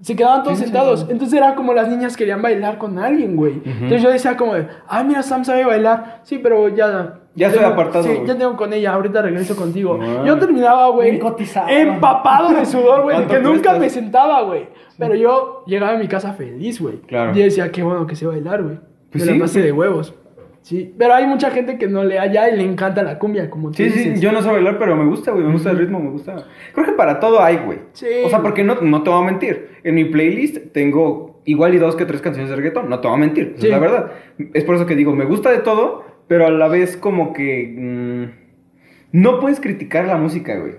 Se quedaban todos sentados. Entonces era como las niñas querían bailar con alguien, güey. Entonces yo decía como de, ah, mira, Sam sabe bailar. Sí, pero ya... Ya estoy tengo- apartado, Sí, güey. ya tengo con ella, ahorita regreso contigo. Ah. Yo terminaba, güey, Bien cotizado. empapado de sudor, güey, de ¿Cuánto que nunca cuestas? me sentaba, güey. Pero yo llegaba a mi casa feliz, güey. Claro. Y decía, qué bueno que sé bailar, güey. Pues Pues la sí. pasé de huevos. Sí, pero hay mucha gente que no le halla y le encanta la cumbia, como tú Sí, sí, dices. yo no sé bailar, pero me gusta, güey. Me gusta el ritmo, me gusta. Creo que para todo hay, güey. Sí. O sea, porque no, no te voy a mentir. En mi playlist tengo igual y dos que tres canciones de reggaetón. No te voy a mentir. esa Sí. Es la verdad. Es por eso que digo, me gusta de todo, pero a la vez como que. mm, no puedes criticar la música, güey.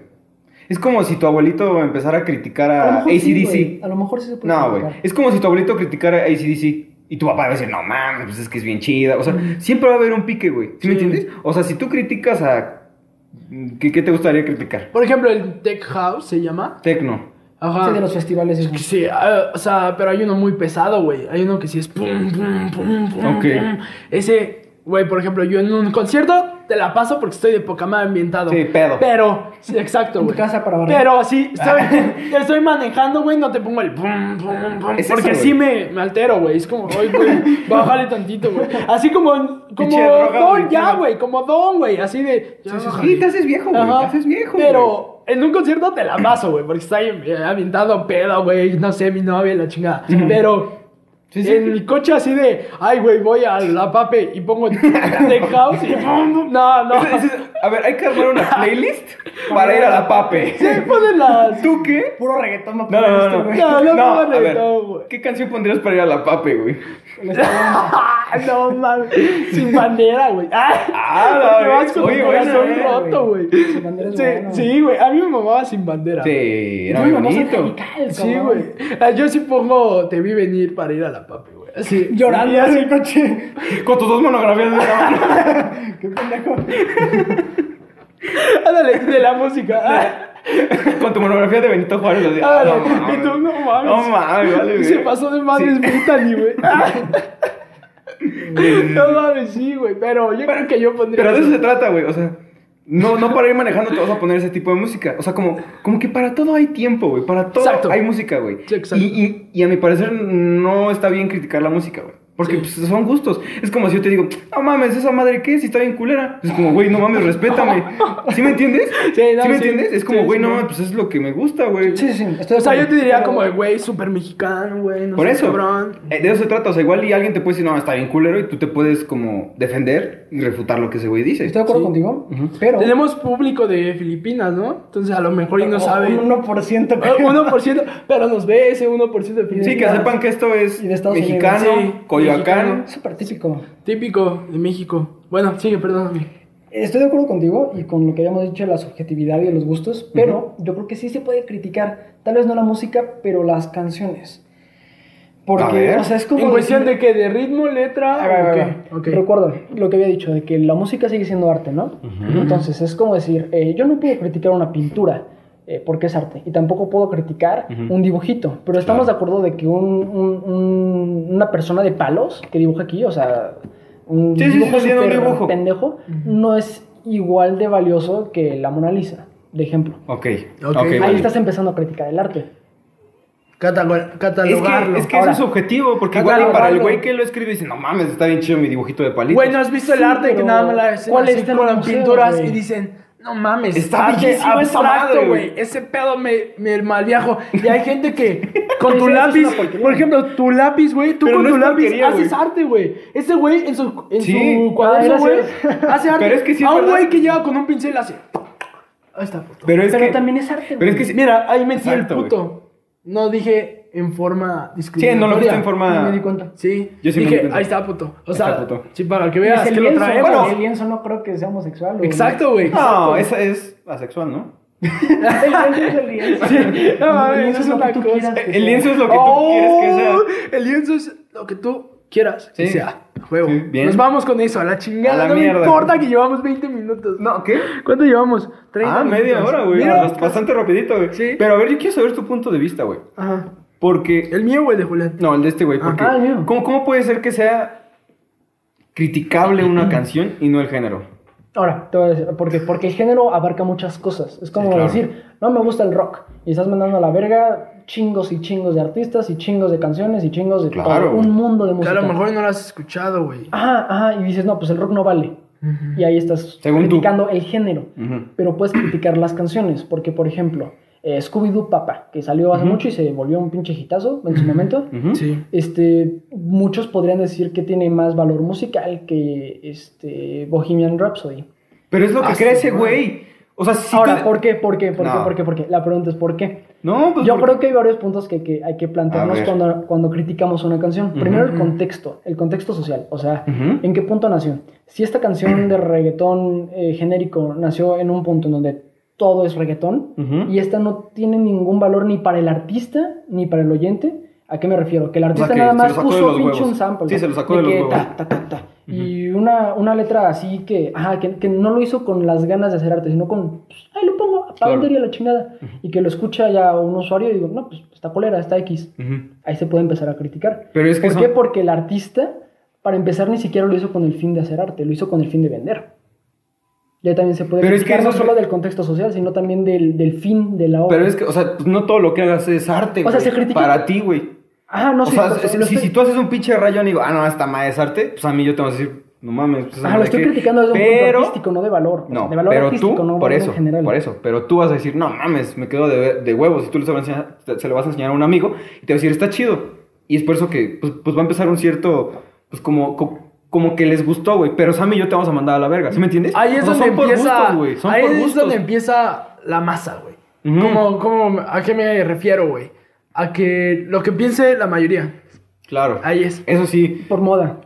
Es como si tu abuelito empezara a criticar A lo Ah, a, mejor ACDC. sí, güey. a lo mejor sí se puede. No, güey. tocar. Es como si tu abuelito criticara a ACDC. Y tu papá va a decir, no mames, pues es que es bien chida. O sea, siempre va a haber un pique, güey. ¿Sí, me Sí. entiendes? O sea, si tú criticas a. ¿Qué, qué te gustaría criticar? Por ejemplo, el Tech House se llama. Tecno. Ajá. Sí, de los festivales. Es eso. que sí, ah, o sea, pero hay uno muy pesado, güey. Hay uno que sí es pum, pum, pum, pum, Ok. pum. Ese, güey, por ejemplo, yo en un concierto te la paso porque estoy de poca madre ambientado. Sí, pedo. Ah. Pero, sí, exacto, En tu güey. casa para barrer. Pero sí, estoy, te estoy manejando, güey, no te pongo el pum, pum, pum. Es porque eso, sí güey. me, me altero, güey. Es como, oye, güey, bájale tantito, güey. Así como, como Pinche droga, Don güey. ya, güey. Como Don, güey. Así de. ya, Sí, sí, sí, bájale. te haces viejo, güey, Ajá. te haces viejo, Pero. güey. En un concierto te la paso, güey, porque está ahí eh, aventando pedo, güey, no sé, mi novia, la chingada. Pero Sí, sí. en mi coche así de, ay, güey, voy a la pape y pongo de caos y pum, pum. No, no. Ese- ese- A ver, hay que armar una playlist para ir a la pape. Sí, ponen las... ¿Tú qué? Puro reggaetón no No, no, no. No, no a pongan ver, todo, güey. ¿Qué canción pondrías para ir a la pape, güey? Ah, no mames, sin bandera, güey. Ah, Ah, la porque vas vez. con Oye, tu buena, corazón eh, roto, güey. Sin bandera es Sí, bueno. Sí, güey, a mí me mamaba sin bandera. Sí, era Muy bonito. radical, Sí, cabrón. güey. Ah, Yo sí pongo te vi venir para ir a la papi, güey. Así. Llorando en el coche. Con tus dos monografías de la mano. Qué pendejo. Ándale, de la música. Ah, Con tu monografía de Benito Juárez. así, ah, Ándale, mames. y tú, no mames. No mames, vale. Se güey. pasó de madres Sí. Brittany, güey. Ah. No mames, sí, güey. Pero yo creo que yo pondría. Pero de eso se trata, güey. O sea, no, no para ir manejando te vas a poner ese tipo de música. O sea, como, como que para todo hay tiempo, güey. Para todo Exacto. hay música, güey. Sí, exacto. y, y, y a mi parecer no está bien criticar la música, güey. Porque pues, son gustos. Es como si yo te digo, no mames, esa madre qué, si está bien culera. Es como, güey, no mames, respétame. ¿Sí me entiendes? Sí, no, me sí. entiendes? Es como, Sí, güey, sí, no sí. mames, pues es lo que me gusta, güey. Sí, sí. Estoy O sea, de yo te acuerdo. diría Pero- como, de, güey, súper mexicano, güey. No Por sé, eso, Cabrón. eh, de eso se trata. O sea, igual y alguien te puede decir, no, está bien culero, y tú te puedes como defender y refutar lo que ese güey dice. Estoy de acuerdo Sí. contigo, pero. Oh, Tenemos público de Filipinas, ¿no? Entonces a lo mejor y no un- saben. Eh, Un 1%. que- 1%, pero nos ve ese 1% de Filipinas. Sí, que sepan que esto es Y de Estados mexicano, Unidos. Sí, coyoacán. mexicano. Súper típico. Típico de México. Bueno, sigue, perdóname. Estoy de acuerdo contigo y con lo que habíamos dicho de la subjetividad y de los gustos, pero yo creo que sí se puede criticar, tal vez no la música, pero las canciones. A Porque, ver. o sea, es como... En cuestión de decir- que de ritmo, letra. Ah, va, va, va. ok, ok. Recuerdo lo que había dicho, de que la música sigue siendo arte, ¿no? Entonces, es como decir, eh, yo no puedo criticar una pintura eh, porque es arte, y tampoco puedo criticar Ujú. un dibujito, pero estamos de acuerdo de que un- un- un- una persona de palos que dibuja aquí, o sea, un Sí, sí, dibujo sí, sí, un súper dibujo. pendejo, no es igual de valioso que la Mona Lisa, de ejemplo. Ok, Ok. ok. Ahí Ahí vale. estás empezando a criticar el arte. Catalogar- Es catalogarlo. que, es que Ahora. eso es objetivo, porque igual y para el Catalogarlo. güey que lo escribe dice, no mames, está bien chido mi dibujito de palito. Güey, ¿no has visto el Sí, arte que pero nada más la hacen ¿cuál así está en con el las museo, pinturas güey? y dicen, no mames, Está arte bellísimo esa abstracto, madre, güey. güey. Ese pedo me, me malviajo. Y hay gente que con tu Eso es lápiz, una porquería. por ejemplo, tu lápiz, güey, tú Pero con no tu es lápiz porquería, haces güey. arte, güey. Ese güey en su, en Sí. su cuaderno, Ah, güey, gracias. hace arte. Pero es que sí es A un verdad. güey que llega con un pincel hace. Ahí está, puto. Pero es pero que... también es arte, pero es güey. que sí- Mira, ahí metí Exacto, el güey. puto. No dije en forma Sí, discriminatoria. no lo viste en forma... No me di cuenta. Sí, Yo sí me di dije, cuenta. ahí está, puto. O sea, Está, puto. sí, para que Es veas el que lo lienzo, traemos. bueno, el lienzo no creo que sea homosexual. güey. Exacto, güey. No, esa es asexual, ¿no? El lienzo es el lienzo. No, mames, El lienzo es lo una que tú cosa. quieras que El lienzo sea. es lo que tú Oh. quieres que sea. sea. El lienzo es lo que tú quieras que Sí. sea. A Juego. Sí, bien. Nos vamos con eso, a la chingada. A la no mierda. me importa que llevamos 20 minutos. No, ¿qué? ¿Cuánto llevamos? 30 Ah, media minutos. hora, güey. Mira. Bast- Bastante rapidito, güey. Sí. Pero a ver, yo quiero saber tu punto de vista, güey. Ajá. Porque... El mío, güey, de Julián. No, el de este güey. Porque... Ah, el mío. ¿cómo, ¿Cómo puede ser que sea criticable una canción y no el género? Ahora, te voy a decir, ¿por qué? Porque el género abarca muchas cosas. Es como Sí, claro. decir, no me gusta el rock. Y estás mandando a la verga chingos y chingos de artistas y chingos de canciones y chingos de Claro, todo. güey. Un mundo de Que música. a lo mejor no lo has escuchado, güey. Ajá, ajá. Y dices, no, pues el rock no vale. Y ahí estás Según tú. Mm. criticando el género. Ujú. Pero puedes criticar las canciones. Porque, por ejemplo, eh, Scooby-Doo Papa, que salió hace mucho y se volvió un pinche hitazo en su momento. Ujú. Sí. este, muchos podrían decir que tiene más valor musical que este, Bohemian Rhapsody. Pero es lo que Ah, cree sí, ese no. güey. O sea, sí. Ahora, te- ¿por qué? ¿Por qué? ¿Por qué? No. ¿Por qué? ¿Por qué? La pregunta es ¿por qué? No, pues. Yo porque- creo que hay varios puntos que, que hay que plantearnos ver. cuando, cuando criticamos una canción. Primero el contexto, el contexto social, o sea, Ujú. ¿en qué punto nació? Si esta canción de reggaetón eh, genérico nació en un punto en donde todo es reggaetón Ujú. y esta no tiene ningún valor ni para el artista ni para el oyente, ¿a qué me refiero? Que el artista que nada se más lo sacó de usó los pinche huevos. un sample. Sí, ¿no? se lo sacó de los que huevos. ta, ta, ta, ta. Y una, una letra así que, ajá, que, que no lo hizo con las ganas de hacer arte, sino con, pues, ahí lo pongo, ¿para Claro. dónde iría la chingada? Y que lo escucha ya un usuario y digo, no, pues está colera, está X. Ujú. Ahí se puede empezar a criticar. Pero es que ¿Por son- qué? Porque el artista, para empezar, ni siquiera lo hizo con el fin de hacer arte, lo hizo con el fin de vender. Ya también se puede Pero es que criticar no eso es- solo del contexto social, sino también del, del fin de la obra. Pero es que, o sea, pues, no todo lo que hagas es arte. O sea, güey, se critica- Para ti, güey. Ajá, Ah, no o sí, sea, lo- si, lo si- estoy- si tú haces un pinche rayón y digo, ah, no, esta madre es arte, pues a mí yo te voy a decir, no mames. Pues, esa Ah, lo madre estoy qué". criticando desde un punto pero... artístico, no de valor. No, de valor pero artístico, tú, no por valor eso, en general. por eso, pero tú vas a decir, no mames, me quedo de, de huevos, y tú le vas a enseñar- te- se lo vas a enseñar a un amigo, y te va a decir, está chido, Y es por eso que pues, pues va a empezar un cierto, pues como, co- como que les gustó, güey. Pero Sam y yo te vamos a mandar a la verga, ¿sí me entiendes? Ahí es O donde sea, son por empieza. gustos, güey, son ahí por es gustos. donde empieza la masa, güey. Ujú. como, como, ¿A qué me refiero, güey? A que lo que piense la mayoría. Claro. Ahí es. Eso sí, Por moda.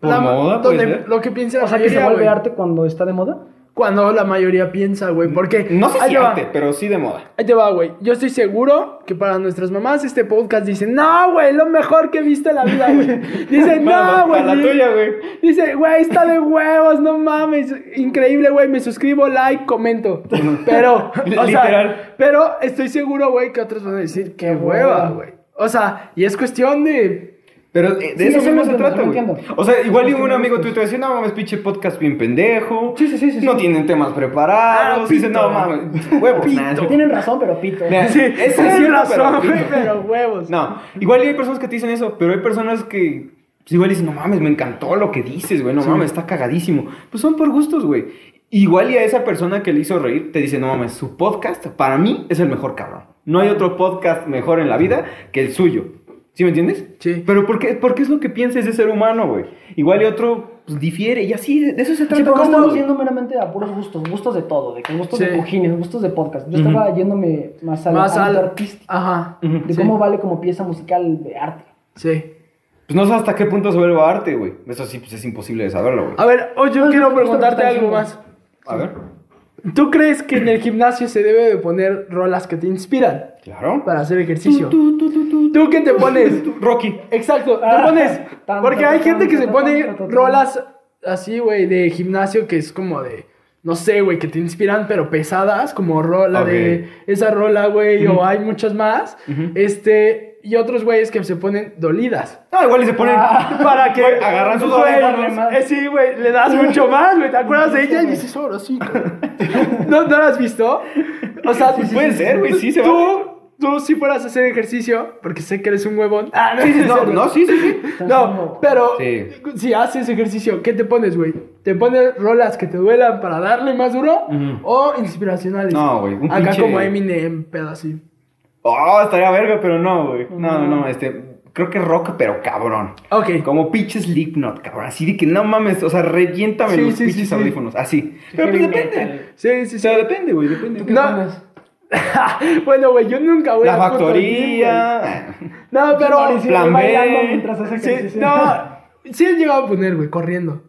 por La- moda, puede donde ser. Lo que piense la O sea, que mayoría. se vuelve güey. arte cuando está de moda. Cuando la mayoría piensa, güey. Porque. No sé ahí si te va. arte, pero sí de moda. Ahí te va, güey. Yo estoy seguro que para nuestras mamás este podcast dice, no, güey, lo mejor que he visto en la vida, güey. Dice, Para- no, güey. para la tuya, güey. Dice, güey, está de huevos, no mames. Increíble, güey. Me suscribo, like, comento. Pero, o sea, Literal. pero estoy seguro, güey, que otros van a decir, qué hueva, güey. O sea, y es cuestión de. Pero eh, de Sí, eso sí, mismo sí, se sí, trata, sí, güey. entiendo. O sea, igual Sí, y sí, un sí, amigo sí. tuyo te va a decir, no mames, pinche podcast bien pendejo. Sí, sí, sí, sí, No sí. tienen temas preparados. Ah, Dice, pito. no mames, huevos. nah, Que sí. tienen razón, pero pito. Pues ¿eh? Mira, es "Tienes cierto, razón, pero- güey, pero huevos. No, igual y hay personas que te dicen eso, pero hay personas que pues, igual dicen, no mames, me encantó lo que dices, güey, no mames, está cagadísimo. Pues son por gustos, güey. Igual y a esa persona que le hizo reír te dice, no mames, su podcast para mí es el mejor, cabrón. No hay otro podcast mejor en la vida que el suyo. ¿Sí me entiendes? Sí. Pero porque, porque es lo que piensa ese ser humano, güey. Igual y otro pues, difiere y así, de de eso se trata. Sí, pero ¿Cómo? estamos yendo meramente a puros gustos, gustos de todo, de que gustos Sí. de cojines, gustos de podcast. Yo estaba yéndome más al Más ámbito al- artístico, Ajá. Ujú. de sí. cómo vale como pieza musical de arte. Sí. Pues no sé hasta qué punto se vuelve arte, güey. Eso sí, pues es imposible de saberlo, güey. A ver, hoy yo No, quiero no, justo lo que preguntarte está algo diciendo. más. A ver. ¿Tú crees que en el gimnasio se debe de poner rolas que te inspiran Claro. para hacer ejercicio? Tú, tú, tú, tú, tú. ¿Tú qué te pones? Rocky. Exacto, te Ah, pones. tan, Porque tan, hay tan, gente que tan, se tan, pone tan, tan, tan. rolas así, güey, de gimnasio que es como de. No sé, güey, que te inspiran, pero pesadas, como rola Ok. de. Esa rola, güey, o hay muchas más. Este. Y otros güeyes que se ponen dolidas. Ah, igual y se ponen. Para que. Güey, agarran sus Güey, orejas, ¿no? eh, Sí, güey, le das mucho más, güey. ¿Te acuerdas de ella? Y dices, ahora sí. güey". ¿No, ¿No la has visto? O sea, Sí, puede ser, güey, sí se Tú, tú, si fueras a hacer ejercicio, porque sé que eres un huevón. Ah, no, No, no, sí, sí, sí. No, pero Sí. si haces ejercicio, ¿qué te pones, güey? ¿Te pones rolas que te duelan para darle más duro? Ujú. ¿O inspiracionales? No, güey, un Acá pinche- como Eminem, pedo así. Oh, estaría verga, pero no, güey. No, no, no, este. Creo que rock, pero cabrón. Ok. Como pinche Slipknot, cabrón. Así de que no mames, o sea, reviéntame Sí, los sí, sí, pinches sí. audífonos. Así. Pero pues depende. Sí, sí, O sí. sea, depende, güey, depende. No. bueno, güey, yo nunca voy La a... puto gym, factoría. güey. No, pero... Plan bailando B. mientras hace Sí, ejercicio. no, sí he llegado a poner, güey, corriendo.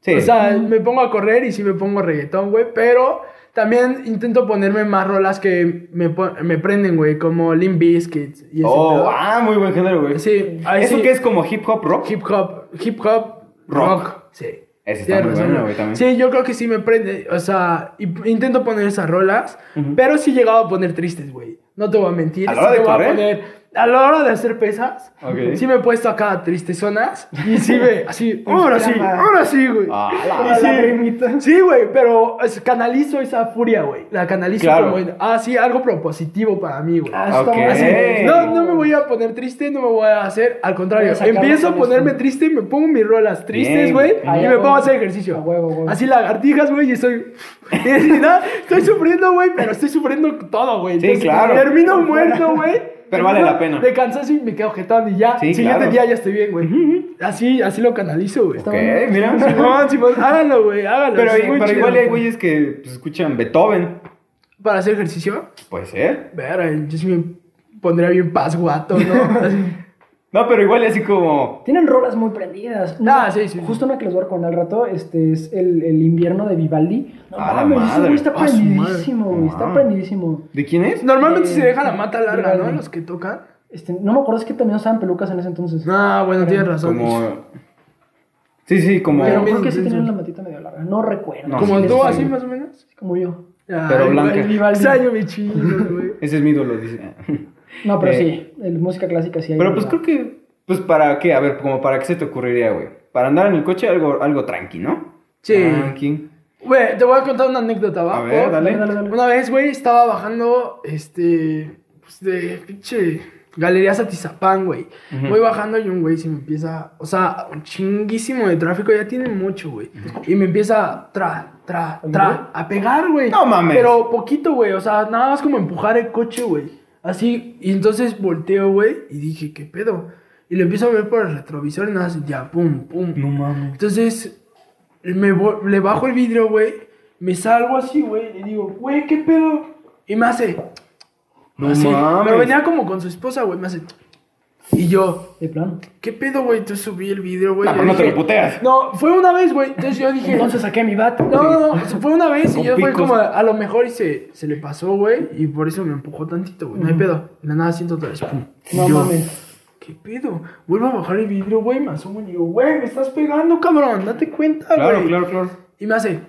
Sí. O sea, me pongo a correr y sí me pongo reggaetón, güey, pero también intento ponerme más rolas que me, pon- me prenden, güey, como Limp Bizkit y ese Oh, pedo. ah, muy buen género, güey. Sí, ahí ¿Eso sí. que es como hip hop rock? Hip hop, hip hop, Rock. rock. Sí. Ese está Tienes muy razón, bueno, güey, también. Sí, yo creo que sí me prende. O sea, y- intento poner esas rolas, pero sí he llegado a poner tristes, güey. No te voy a mentir. ¿A la sí hora de te voy correr? a poner. A la hora de hacer pesas, Ok. sí me he puesto acá tristezonas. Y sí me. Así, ahora sí, llama. ahora sí, güey. Ah, Y la- sí, lagrimita. Sí, güey, pero es- canalizo esa furia, güey. La canalizo Claro. como. en, Ah, sí, algo propositivo para mí, güey. Ah, está Ok. mal. Así, Ey. no, no me voy a poner triste, no me voy a hacer. Al contrario, Voy a sacarlo empiezo a con ponerme esto. triste, me pongo mis rolas tristes, Bien. güey, Ah, y ya, me pongo huevo. a hacer ejercicio. A huevo, huevo. Así lagartijas, güey, y estoy. y así, ¿no? estoy sufriendo, güey, pero estoy sufriendo todo, güey. Sí, Entonces, claro. Termino muerto, güey. Pero vale la termino pena. De cansancio y me quedo jetón y ya. Sí, el siguiente claro. día ya estoy bien, güey. Así, así lo canalizo, güey. Ok, mira. Simón, Simón, háganlo, güey, háganlo. Pero, es muy pero chido. igual hay güeyes que pues, escuchan Beethoven. Para hacer ejercicio, Puede ser. verga, yo sí me pondría bien pasguato, ¿no? Así. No, pero igual así como. Tienen rolas muy prendidas. Ah, sí, sí. Justo una que les voy a recomendar al rato, este es el, el invierno de Vivaldi. No A la mames, ese madre. güey está A su madre. prendidísimo, güey, está Wow. prendidísimo. ¿De quién es? Normalmente Eh, se deja la mata larga, ¿no? vale. Los que tocan. Este, no me acuerdo, es que también usaban pelucas en ese entonces. Ah, bueno, tienes razón. Como. Sí, sí, como. Pero Pero creo bien que sí intenso. tenían la matita medio larga. No recuerdo. Este, No, Como sí, tú, sí. así más o menos. Como yo. Pero Ay, blanca. güey, Vivaldi. Extraño mi chino, güey. Ese es mi ídolo, dice. No, pero Eh, sí, el- música clásica sí hay. Pero pues ¿verdad? creo que. Pues para qué, a ver, como para qué se te ocurriría, güey. Para andar en el coche algo, algo tranqui, ¿no? Ah, Sí. Tranqui. Güey, te voy a contar una anécdota, ¿va? A ver, dale. Dale, dale, dale. Una vez, güey, estaba bajando, este, pues de pinche Galería Satizapán, güey. Voy bajando y un güey se me empieza, o sea, un chinguísimo de tráfico, ya tiene mucho, güey. Y me empieza tra, tra, tra, a pegar, güey. No mames. Pero poquito, güey, o sea, nada más como empujar el coche, güey. Así, y entonces volteo, güey, y dije, ¿qué pedo? Y Y lo empiezo a ver por el retrovisor y nada, más ya, pum, pum. No mames. Entonces, me vo- le bajo el vidrio, güey. Me salgo así, güey. Le digo, güey, ¿qué pedo? Y me hace. No así. mames. Ah, Ah, Pero venía como con su esposa, güey. Me hace. Y yo, De plano. ¿qué pedo, güey? Entonces subí el vidrio, güey. Ah, le pero no te dije- lo puteas. No, fue una vez, güey. Entonces yo dije. Entonces saqué mi bat. No, no, no, fue una vez y Con yo fue picos. como, a lo mejor y se, se le pasó, güey, y por eso me empujó tantito, güey, no hay pedo. De la nada siento otra vez, pum. Y No yo, mames. ¿Qué pedo? Vuelvo a bajar el vidrio, güey, me asomo y digo, güey, me estás pegando, cabrón, date cuenta, güey. Claro, claro, claro. Y me hace,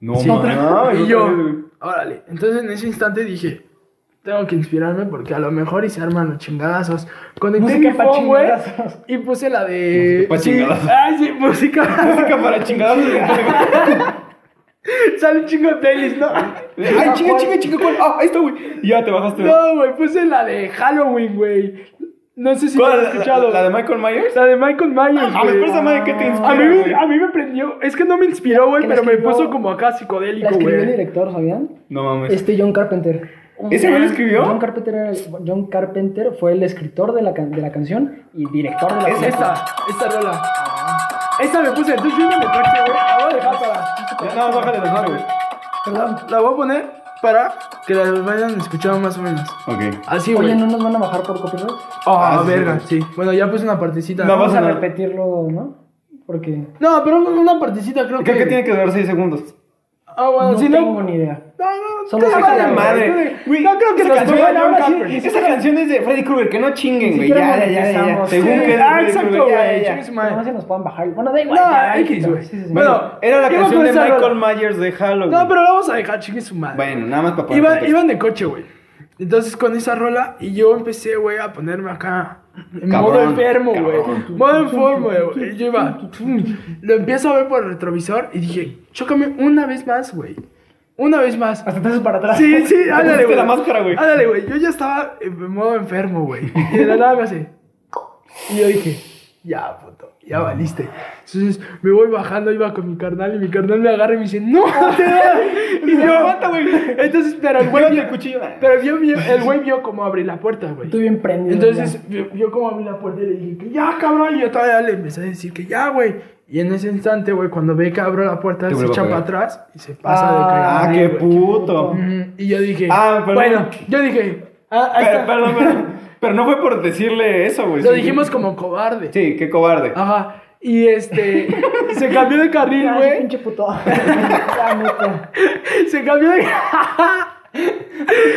No sí, mames. y yo, órale. Entonces en ese instante dije, tengo que inspirarme porque a lo mejor y se arman los chingadazos. Conecté Música mi pa' phone, güey, chingadazos. y puse la de... Música pa' sí, chingadazos. Ay, sí, música. Música para chingados. Sale un chingo de playlist, ¿no? Ay, chinga, chinga, chinga. ¿cuál? Ah, ahí está, güey. Ya te bajaste. No, güey, puse la de Halloween, güey. No sé si la ¿Cuál? has ¿La- escuchado. Ah, ¿La, de Ah, Michael Myers? La de Michael Myers, A ver, güey. pero esa madre que te inspira. A mí, me, güey? a mí me prendió, es que no me inspiró, güey, ¿Quién la pero me escribió? puso como acá La psicodélico, escribió el güey. director, ¿sabían? No mames. Este John Carpenter. Pues, ¿Ese güey lo escribió? John Carpenter, era el- John Carpenter fue el escritor de la, can- de la canción y director de la Es canción. esta, esta rola. Esta me puse, entonces yo me traje, güey. La voy a dejar para. Ya, no, bájale las manos, La, la voy a poner para que la vayan escuchando más o menos. güey. Ok. Así, Oye, güey. ¿no nos van a bajar por copyright? Ah, Ah, sí, verga, sí, sí. Bueno, ya puse una partecita. No, Vamos vas a a ver. repetirlo, ¿no? Porque No, pero una partecita creo que. Creo que tiene que durar 6 segundos. Ah, bueno, no si no. tengo ni idea. No, no, Somos te hijos Ah, vale de la Güey, no creo que esa nos canción, pongan ahora sí. Carpenter. Esa canción es de Freddy Krueger, que no chinguen, Ni güey. siquiera Ya, ya, ya, ya, ya. monetizamos. Según Sí, que es de ah, Freddy exacto, Krueger, ya, güey, ya, chingue ya. su No sé madre. si nos puedan bajar. Bueno, da igual. No, ya, X, quítalo. güey. Sí, sí, sí. Bueno, Era la ¿qué más canción de puedes hablar? Michael Myers de Halloween. No, pero la vamos a dejar, chingue su madre. Bueno, nada más para poner Iba- contexto. iban de coche, güey. Entonces con esa rola y yo empecé, güey, a ponerme acá. En Cabrón, modo enfermo, güey. cabrón. Modo enfermo, güey. Y Yo iba. Lo empiezo a ver por el retrovisor y dije, chócame una vez más, güey. Una vez más. Hasta te haces para atrás. Sí, sí, ándale, pusiste güey. la máscara, güey. Ándale, güey. Yo ya estaba en modo enfermo, güey. Y de la nada me hace. Y yo dije, ya, puto, ya valiste. Entonces me voy bajando, iba con mi carnal y mi carnal me agarra y me dice, no, te da". Y yo, Aguanta, güey. Entonces, pero el güey. Llévate vio- el cuchillo. Pero vio- vio- el güey vio cómo abrí la puerta, güey. Estoy bien prendido. Entonces vio, vio cómo abrí la puerta y le dije, que ya, cabrón. Y yo todavía le empecé a decir que ya, güey. Y en ese instante, güey, cuando ve que abro la puerta, Te se vuelvo a echa para pegar. atrás y se pasa de Ah, cagada. Ah, Ay, qué güey, qué puto. puto. Mm, Y yo dije, Ah, perdón. bueno, yo dije, ah, ahí Pero, está. perdón, perdón. Pero no fue por decirle eso, güey. Lo Sí. dijimos Ah. como cobarde. Sí, qué cobarde. Ajá. Y este, se cambió de carril, ya. Ay, güey. pinche puto. La neta. Se cambió de.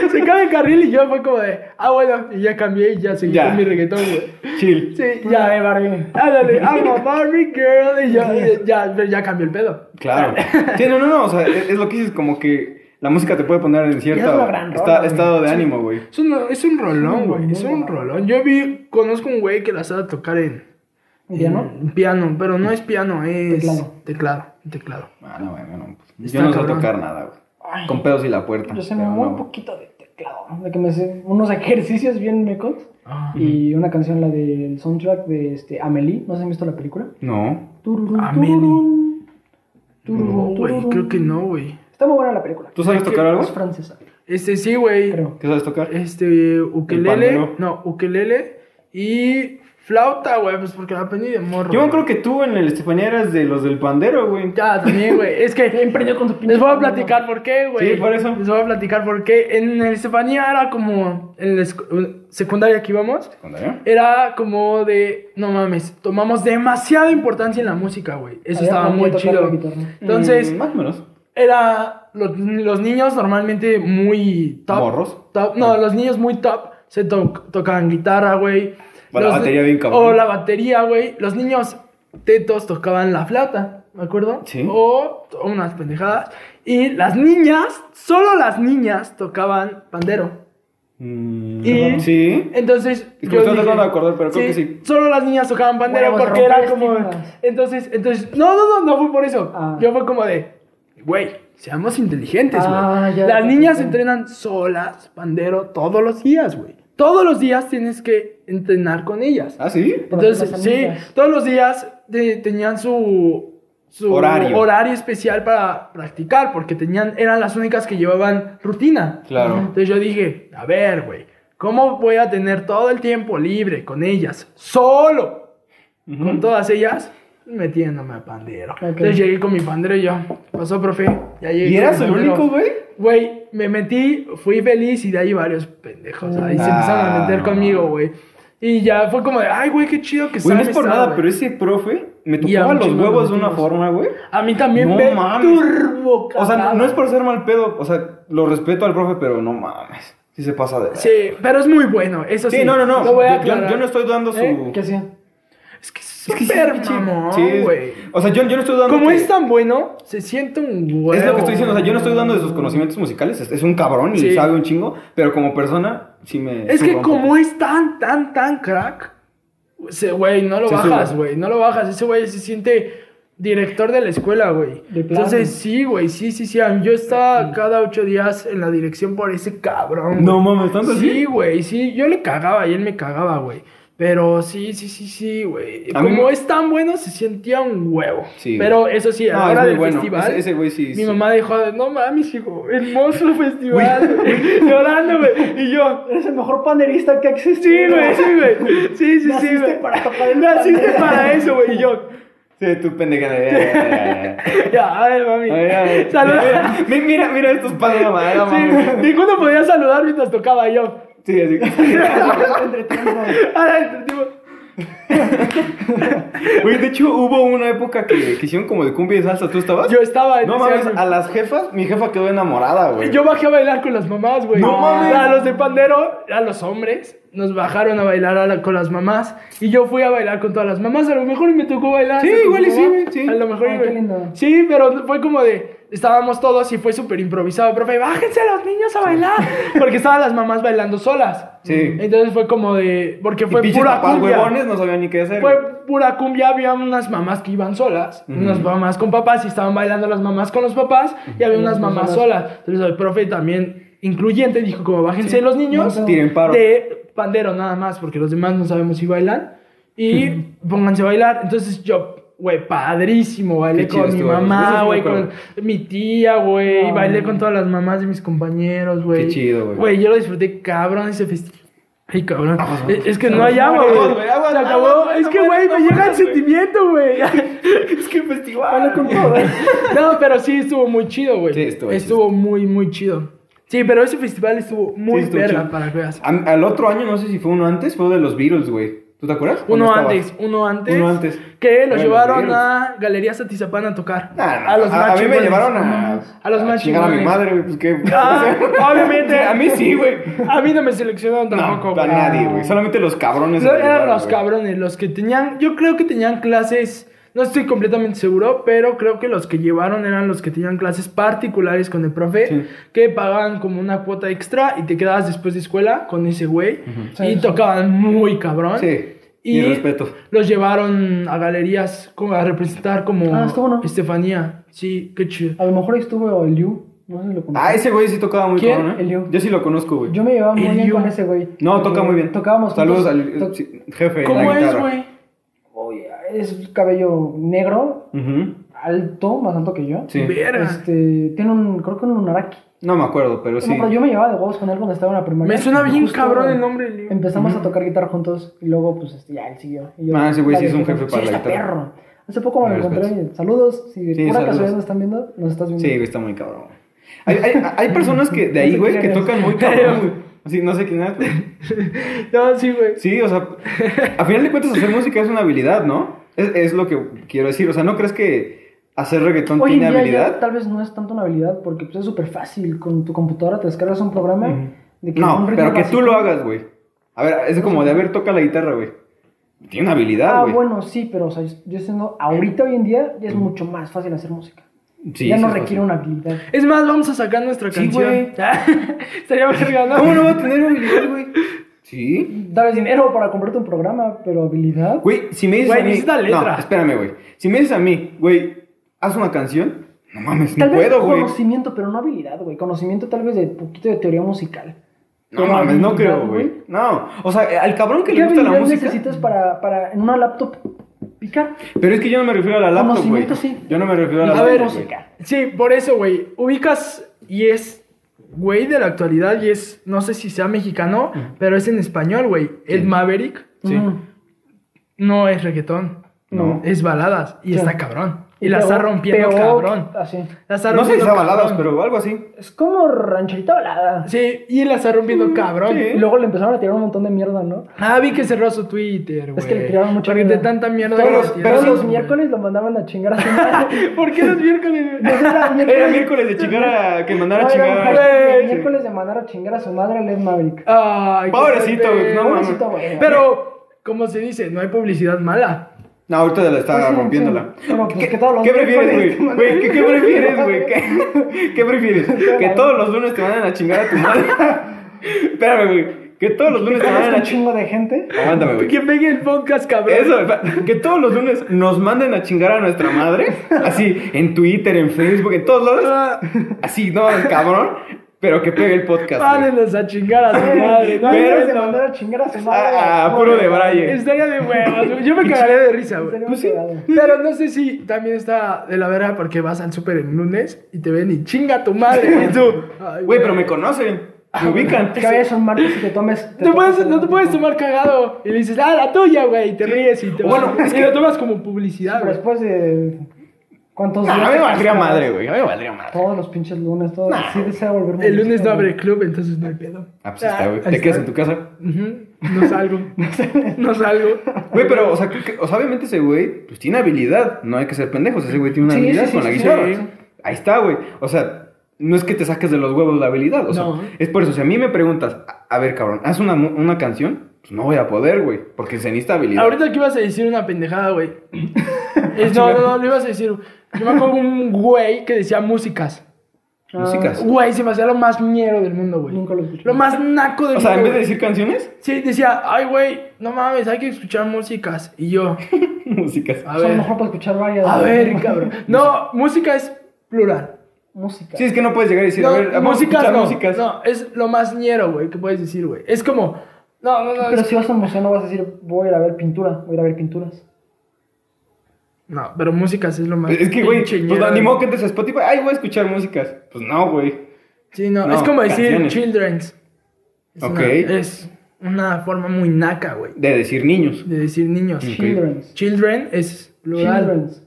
se cambió de carril y yo fue como de, ah, bueno, y ya cambié y ya seguí Ya. con mi reggaetón, güey. Chill. Sí, Ya, eh, ya. Barbie. Ándale, I'm a Barbie girl. Y yo, ya, ya, ya cambió el pedo. Claro. Ah. Sí, no, no, no. O sea, e-, es, es lo que dices, como que la música te puede poner en cierto una gran esta- rola, güey. estado de ánimo, güey. Es un, es un rolón, güey. Es un rolón. rolón. Yo vi, conozco un güey que la sabe tocar en. ¿Piano? en Mm, piano, pero no es piano, es. Teclado. Teclado, teclado. Ah, no, bueno, no. pues, Está Yo no sé cabrón. tocar nada, güey. Con pedos y la puerta. Yo sé pero muy no. poquito de teclado. De que me sé unos ejercicios bien mecos. Ah. Y una canción, la del soundtrack de este, Amelie. No sé si han visto la película. No. Tururum, Amelie. tururum. No, güey, Tururum, tururum. creo que no, güey. Está muy buena la película. ¿Tú sabes Es que- tocar algo? Es francesa, Este sí, güey. creo. ¿Qué sabes tocar? Este, ukelele. pandero. No, ukelele. Y flauta, güey, pues porque la aprendí de morro. Yo güey. creo que tú en el Estefanía eras de los del pandero, güey. Ya, también, güey. Es que. Emprendió con su pinche Les voy a pandero. platicar por qué, güey. Sí, por eso. Les voy a platicar por qué. En el Estefanía era como. En la esc- secundaria que íbamos. ¿Pandero? Era como de. No mames, tomamos demasiada importancia en la música, güey. Eso Había estaba muy aprendido a chido. tocar la guitarra. Entonces, Mm, más o menos. era los, los niños normalmente muy top. ¿Morros? Ah. top- no, los niños muy top se to- tocaban guitarra, güey. O la Los- batería bien cabrón. O la batería, güey. Los niños tetos tocaban la flauta, ¿me acuerdo? Sí. O, o unas pendejadas. Y las niñas, solo las niñas tocaban pandero. Mm, Y- Sí. Entonces, Es que me estoy tratando de acordar, pero creo que sí. Solo las niñas tocaban pandero Huevos, porque era romper como. estigmas. Entonces, entonces. No, no, no, no fue por eso. Ah. Yo fue como de. Güey, seamos inteligentes, güey. Ah, ya las te niñas entendí. entrenan solas pandero todos los días, güey. Todos los días tienes que entrenar con ellas. ¿Ah, sí? Entonces, las sí, amigas. todos los días de- tenían su, su Horario. especial para practicar, porque tenían, eran las únicas que llevaban rutina. Claro. Entonces yo dije, a ver, güey, ¿Cómo voy a tener todo el tiempo libre con ellas? Solo. Con todas ellas Pues metiéndome a pandero. Entonces llegué con mi pandero y yo, ¿qué pasó, profe? Ya llegué ¿Y con eras mi el pandero. único, güey? Güey, me metí, fui feliz y de ahí varios pendejos. Ahí se empezaron a meter Ah. conmigo, güey. Y ya fue como de, ay, güey, qué chido que Güey, no sabes es por estar, nada, güey". pero ese profe me Y a tocaba un los chingo de huevos de una motivos. forma, güey. A mí también No me mames. turbo O sea, no- cagaba. no es por ser mal pedo, o sea, lo respeto al profe, pero no mames. Sí se pasa de. Sí, pero es muy bueno, eso sí. Sí, no, no, no. Lo voy a Yo- yo, aclarar. yo no estoy dando su. ¿Eh? ¿Qué hacía? Es que es súper pinche- mamón, Sí, es- güey. O sea, yo, yo no estoy dando. Como que- es tan bueno, se siente un huevo. Es lo que estoy diciendo, o sea, yo no estoy dando de sus conocimientos musicales, es, es un cabrón y Sí. sabe un chingo, pero como persona, sí me... Es sí que rompe. como es tan, tan, tan crack, ese güey, no lo Se bajas, sube. güey, no lo bajas. Ese güey se siente director de la escuela, güey. De plano. Entonces, sí, güey, sí, sí, sí. Yo estaba cada ocho días en la dirección por ese cabrón. No güey. mames, tanto Sí, así. güey, sí. Yo le cagaba y él me cagaba, güey. Pero sí, sí, sí, sí, güey. A mí Como me- es tan bueno, se sentía un huevo. Sí, Pero eso sí, a No, la es hora muy del bueno. festival. Ese- ese güey sí- Mi sí. mamá dejó de, no mames, hijo, hermoso festival. güey", Llorando, güey. Y yo, Eres el mejor panderista que ha Sí, existido. güey, sí, güey. Sí, sí, sí, Naciste güey. para tocar el Naciste pandero. para eso, güey. Y yo, Sí, tú pendeja. ya, ya, ya, ya, ya, a ver, mami. ya. Ay, ay. Saluda. Mi- Mira, mira estos pasos de madera, Sí, mames. ninguno podía saludar mientras tocaba y yo. Sí, así Ahora el tipo, Güey, de hecho, hubo una época que, que hicieron como de cumbia y salsa, ¿tú estabas? Yo estaba en No ese mames, año. a las jefas, mi jefa quedó enamorada, güey. Yo bajé a bailar con las mamás, güey. No mames. A los de pandero, a los hombres, nos bajaron a bailar a la- con las mamás. Y yo fui a bailar con todas las mamás. A lo mejor me tocó bailar. Sí, hasta con igual mi y sí, mamá. güey, sí. A lo mejor. Ay, güey. qué lindo. Sí, pero fue como de. Estábamos todos y fue súper improvisado. Profe, bájense los niños a bailar. Porque estaban las mamás bailando solas. Sí. Entonces fue como de. Porque Y fue pinches pura papás cumbia huevones no sabían ni qué hacer. güey. fue pura cumbia, había unas mamás que iban solas, unas mamás con papás y estaban bailando las mamás con los papás y había unas mamás solas. Entonces el profe también incluyente dijo como bájense los niños no, no. Tiren paro. de pandero nada más porque los demás no sabemos si bailan y pónganse a bailar. Entonces yo Güey, padrísimo, bailé Qué chido con mi estuvo, güey. Eso mamá, sí me güey, acuerdo. con mi tía, güey, No. bailé con todas las mamás de mis compañeros, güey. Qué chido, güey. Güey, yo lo disfruté cabrón ese festival. Ay, cabrón. Es, es que no hay Aguas, agua, aguas, güey. güey, Se aguas, acabó. aguas, Es que, aguas, güey, me aguas, llega el güey. sentimiento, güey. Es que festival. No, pero sí estuvo muy chido, güey. Sí, estuvo Estuvo muy, muy chido. Sí, pero ese festival estuvo muy Sí, estuvo verga chido. Ah, para que veas. Am- al otro año, no sé si fue uno antes, fue de los Beatles, güey. ¿Tú te acuerdas? ¿O Uno no estabas? antes, uno antes. Uno antes. Que los Bueno, llevaron bien. a Galería Satizapán a tocar. Nah, nah, a los a, a mí me Matchboys. llevaron a, A los chingar a mi Matchboys. madre, güey. Pues qué. Ah, obviamente. A mí sí, güey. A mí no me seleccionaron tampoco, No, güey. a nadie, güey. Solamente los cabrones. No, me eran llevaron, los güey. cabrones, los que tenían, yo creo que tenían clases, no estoy completamente seguro, pero creo que los que llevaron eran los que tenían clases particulares con el profe, Sí. que pagaban como una cuota extra y te quedabas después de escuela con ese güey y Sí. tocaban muy cabrón. Sí. Y Y respeto. los llevaron a galerías como a representar como Ah, estuvo, ¿no? Estefanía. Sí, qué chido. A lo mejor ahí estuvo el Liu. No sé si lo conoces. Ah, ese güey sí tocaba muy ¿Quién? cabrón, ¿eh? Eliu. Yo sí lo conozco, güey. Yo me llevaba muy El bien Liu. con ese güey. No, porque toca muy bien. Tocábamos Saludos juntos. al To- sí, jefe. de ¿Cómo la es, guitarra. güey? Oye, es cabello negro, Ujú, alto, más alto que yo. Sí. Verga. Este, tiene un, creo que un lunaraki. No me acuerdo, pero Pues sí. No, pero yo me llevaba de huevos con él cuando estaba en la primaria. Me suena Y bien justo cabrón el nombre. Leo. Empezamos a tocar guitarra juntos y luego, pues, este, ya él siguió. Y yo- Ah, ese güey sí es un dije, jefe para "Sí, la está guitarra". perro. Hace poco me Me lo encontré. respeto. Saludos. Si de Sí, pura saludos. casualidad nos están viendo, nos estás viendo. Sí, güey, está muy cabrón. Hay, hay, hay personas que de ahí, güey, que tocan muy cabrón, güey. Así, no sé quién es, pero- No, sí, güey. Sí, o sea, a final de cuentas hacer música es una habilidad, ¿no? Es, es lo que quiero decir. O sea, ¿no crees que hacer reggaetón Hoy en tiene día ya habilidad? tal vez no es tanto una habilidad porque pues, es súper fácil. Con tu computadora te descargas un programa. de que No, un ritmo pero que básico- tú lo hagas, güey. A ver, es como de, a ver, toca la guitarra, güey. Tiene una habilidad, Ah, güey. bueno, sí, pero o sea, yo siendo ahorita hoy en día ya es mucho más fácil hacer música. Sí, ya sí no es fácil. requiere una habilidad. Es más, vamos a sacar nuestra Sí, canción. güey. Sería verga, ¿no? ¿Cómo no va a tener habilidad, güey? Sí. Darles dinero para comprarte un programa, pero habilidad. Güey, si me dices Güey, a mí... necesita letra. No, espérame, güey. Si me dices a mí, güey, haz una canción, no mames, Tal no vez puedo, güey. conocimiento, pero no habilidad, güey. Conocimiento tal vez de poquito de teoría musical. No mames, no habilidad, creo, güey. No, o sea, al cabrón que ¿Qué le gusta habilidad la música... necesitas para, para en una laptop picar? Pero es que yo no me refiero a la laptop, güey. Conocimiento, sí. Yo no me refiero a la A laptop, ver, güey. música. sí, por eso, güey. Ubicas y es güey de la actualidad y es, no sé si sea mexicano, pero es en español, güey. El Maverick Sí. Ujú. no es reggaetón, No. es baladas y Claro. está cabrón. Y la está Pegó- rompiendo pegó cabrón. Así. La está No sé si rompiendo sea baladas, cabrón. pero algo así. Es como rancherita volada. Sí, y la está rompiendo cabrón. Mm, sí. Y luego le empezaron a tirar un montón de mierda, ¿no? Ah, vi que cerró su Twitter, güey. Es que le tiraron mucha Porque mierda. de tanta mierda. Pero que le los- tiraron, pero Todos sí, los güey. miércoles lo mandaban a chingar a su madre. ¿Por qué los miércoles? No, era miércoles. Era miércoles de chingar a. que mandara a No, era un chingar. hashtag de güey. miércoles de mandar a chingar a su madre a Led Ah, Maverick. Ay, qué Pobrecito, pues fuerte. no mames. Pobrecito, güey. Pero, como se dice, no hay publicidad mala. No, ahorita la está Pues sí, rompiéndola. sí. Pero, pues, que todos los ¿Qué prefieres, miércoles te güey? Güey, ¿qué, qué mandan- prefieres, güey? ¿Qué, qué prefieres? Que todos los lunes te manden a chingar a tu madre. Espérame, güey. Que todos los lunes te manden ¿Conoces a un chingar. chingo de gente? Aguántame, güey. Que pegue el podcast, cabrón. Eso, fa- que todos los lunes nos manden a chingar a nuestra madre. Así, en Twitter, en Facebook, en todos lados. Ah, Así, no, cabrón. Pero que pegue el podcast. güey. Párenlos a chingar a su madre. No, Pero- Miércoles de no, no. mandar a chingar a su madre. Ah, ah, puro de braille. Estaría de huevos. güey. Yo me cagaría de risa, güey. Pues Estaría muy cagado. Pero no sé si también está de la verga porque vas al súper en lunes y te ven y chinga a tu madre. güey, tú. Ay, Güey, pero me conocen. Me ubican. Que vayas un martes y te tomes. Te puedes- tomes- no te puedes tomar cagado. Y le dices, ah, la tuya, güey. Y te ríes y te Bueno, es y lo tomas como publicidad, Ah, Pero güey. después de. ¿Cuántos Ah, a mí me te valdría pasas? madre, güey. A mí me valdría madre. Todos los pinches lunes, todos. Sí, desea volverme. El lunes no abre club, entonces no hay pedo. Ah, pues ahí está, güey. Ah, Te ahí quedas en está. tu casa. Ujú, No salgo. no salgo. Güey, pero, o sea, que- que- o sea, obviamente ese güey, pues tiene habilidad. No hay que ser pendejos. Ese güey tiene una Sí, habilidad sí, sí, con la sí, guitarra. sí. Ahí está, güey. O sea, no es que te saques de los huevos la habilidad. O sea, No. es por eso. Si a mí me preguntas, a, a ver, cabrón, haz una, mu- una canción, pues no voy a poder, güey. Porque se necesita habilidad. Ahorita que ibas a decir una pendejada, güey. Es- no, no, no, lo ibas a decir. Yo me acuerdo un güey que decía músicas. Músicas. Güey, se me hacía lo más mierda del mundo, güey. Nunca lo escuché. Lo más naco del O sea, en mundo. vez de decir canciones, Sí, decía, ay, güey, no mames, hay que escuchar músicas. Y yo, músicas. a A lo ver, mejor para escuchar varias. a ver, cabrón. No, música es plural. Música. Sí, es que no puedes llegar y decir, a No, ver, vamos a músicas escuchar no. músicas. No, es lo más ñero, güey, que puedes decir, güey. Es como, no, no, no. Pero es- si vas a un museo, no vas a decir, voy a ir a ver pintura, voy a ir a ver pinturas. No, pero músicas es lo más. Es que, güey, pinche pues ñero, no, ni güey. modo que entres a Spotify, ay, voy a escuchar músicas. Pues no, güey. Sí, no, No, es como decir canciones. children's. Es Ok. Una, es una forma muy naca, güey, De decir niños. de decir niños. Ok. Children's. Children es plural. Children's.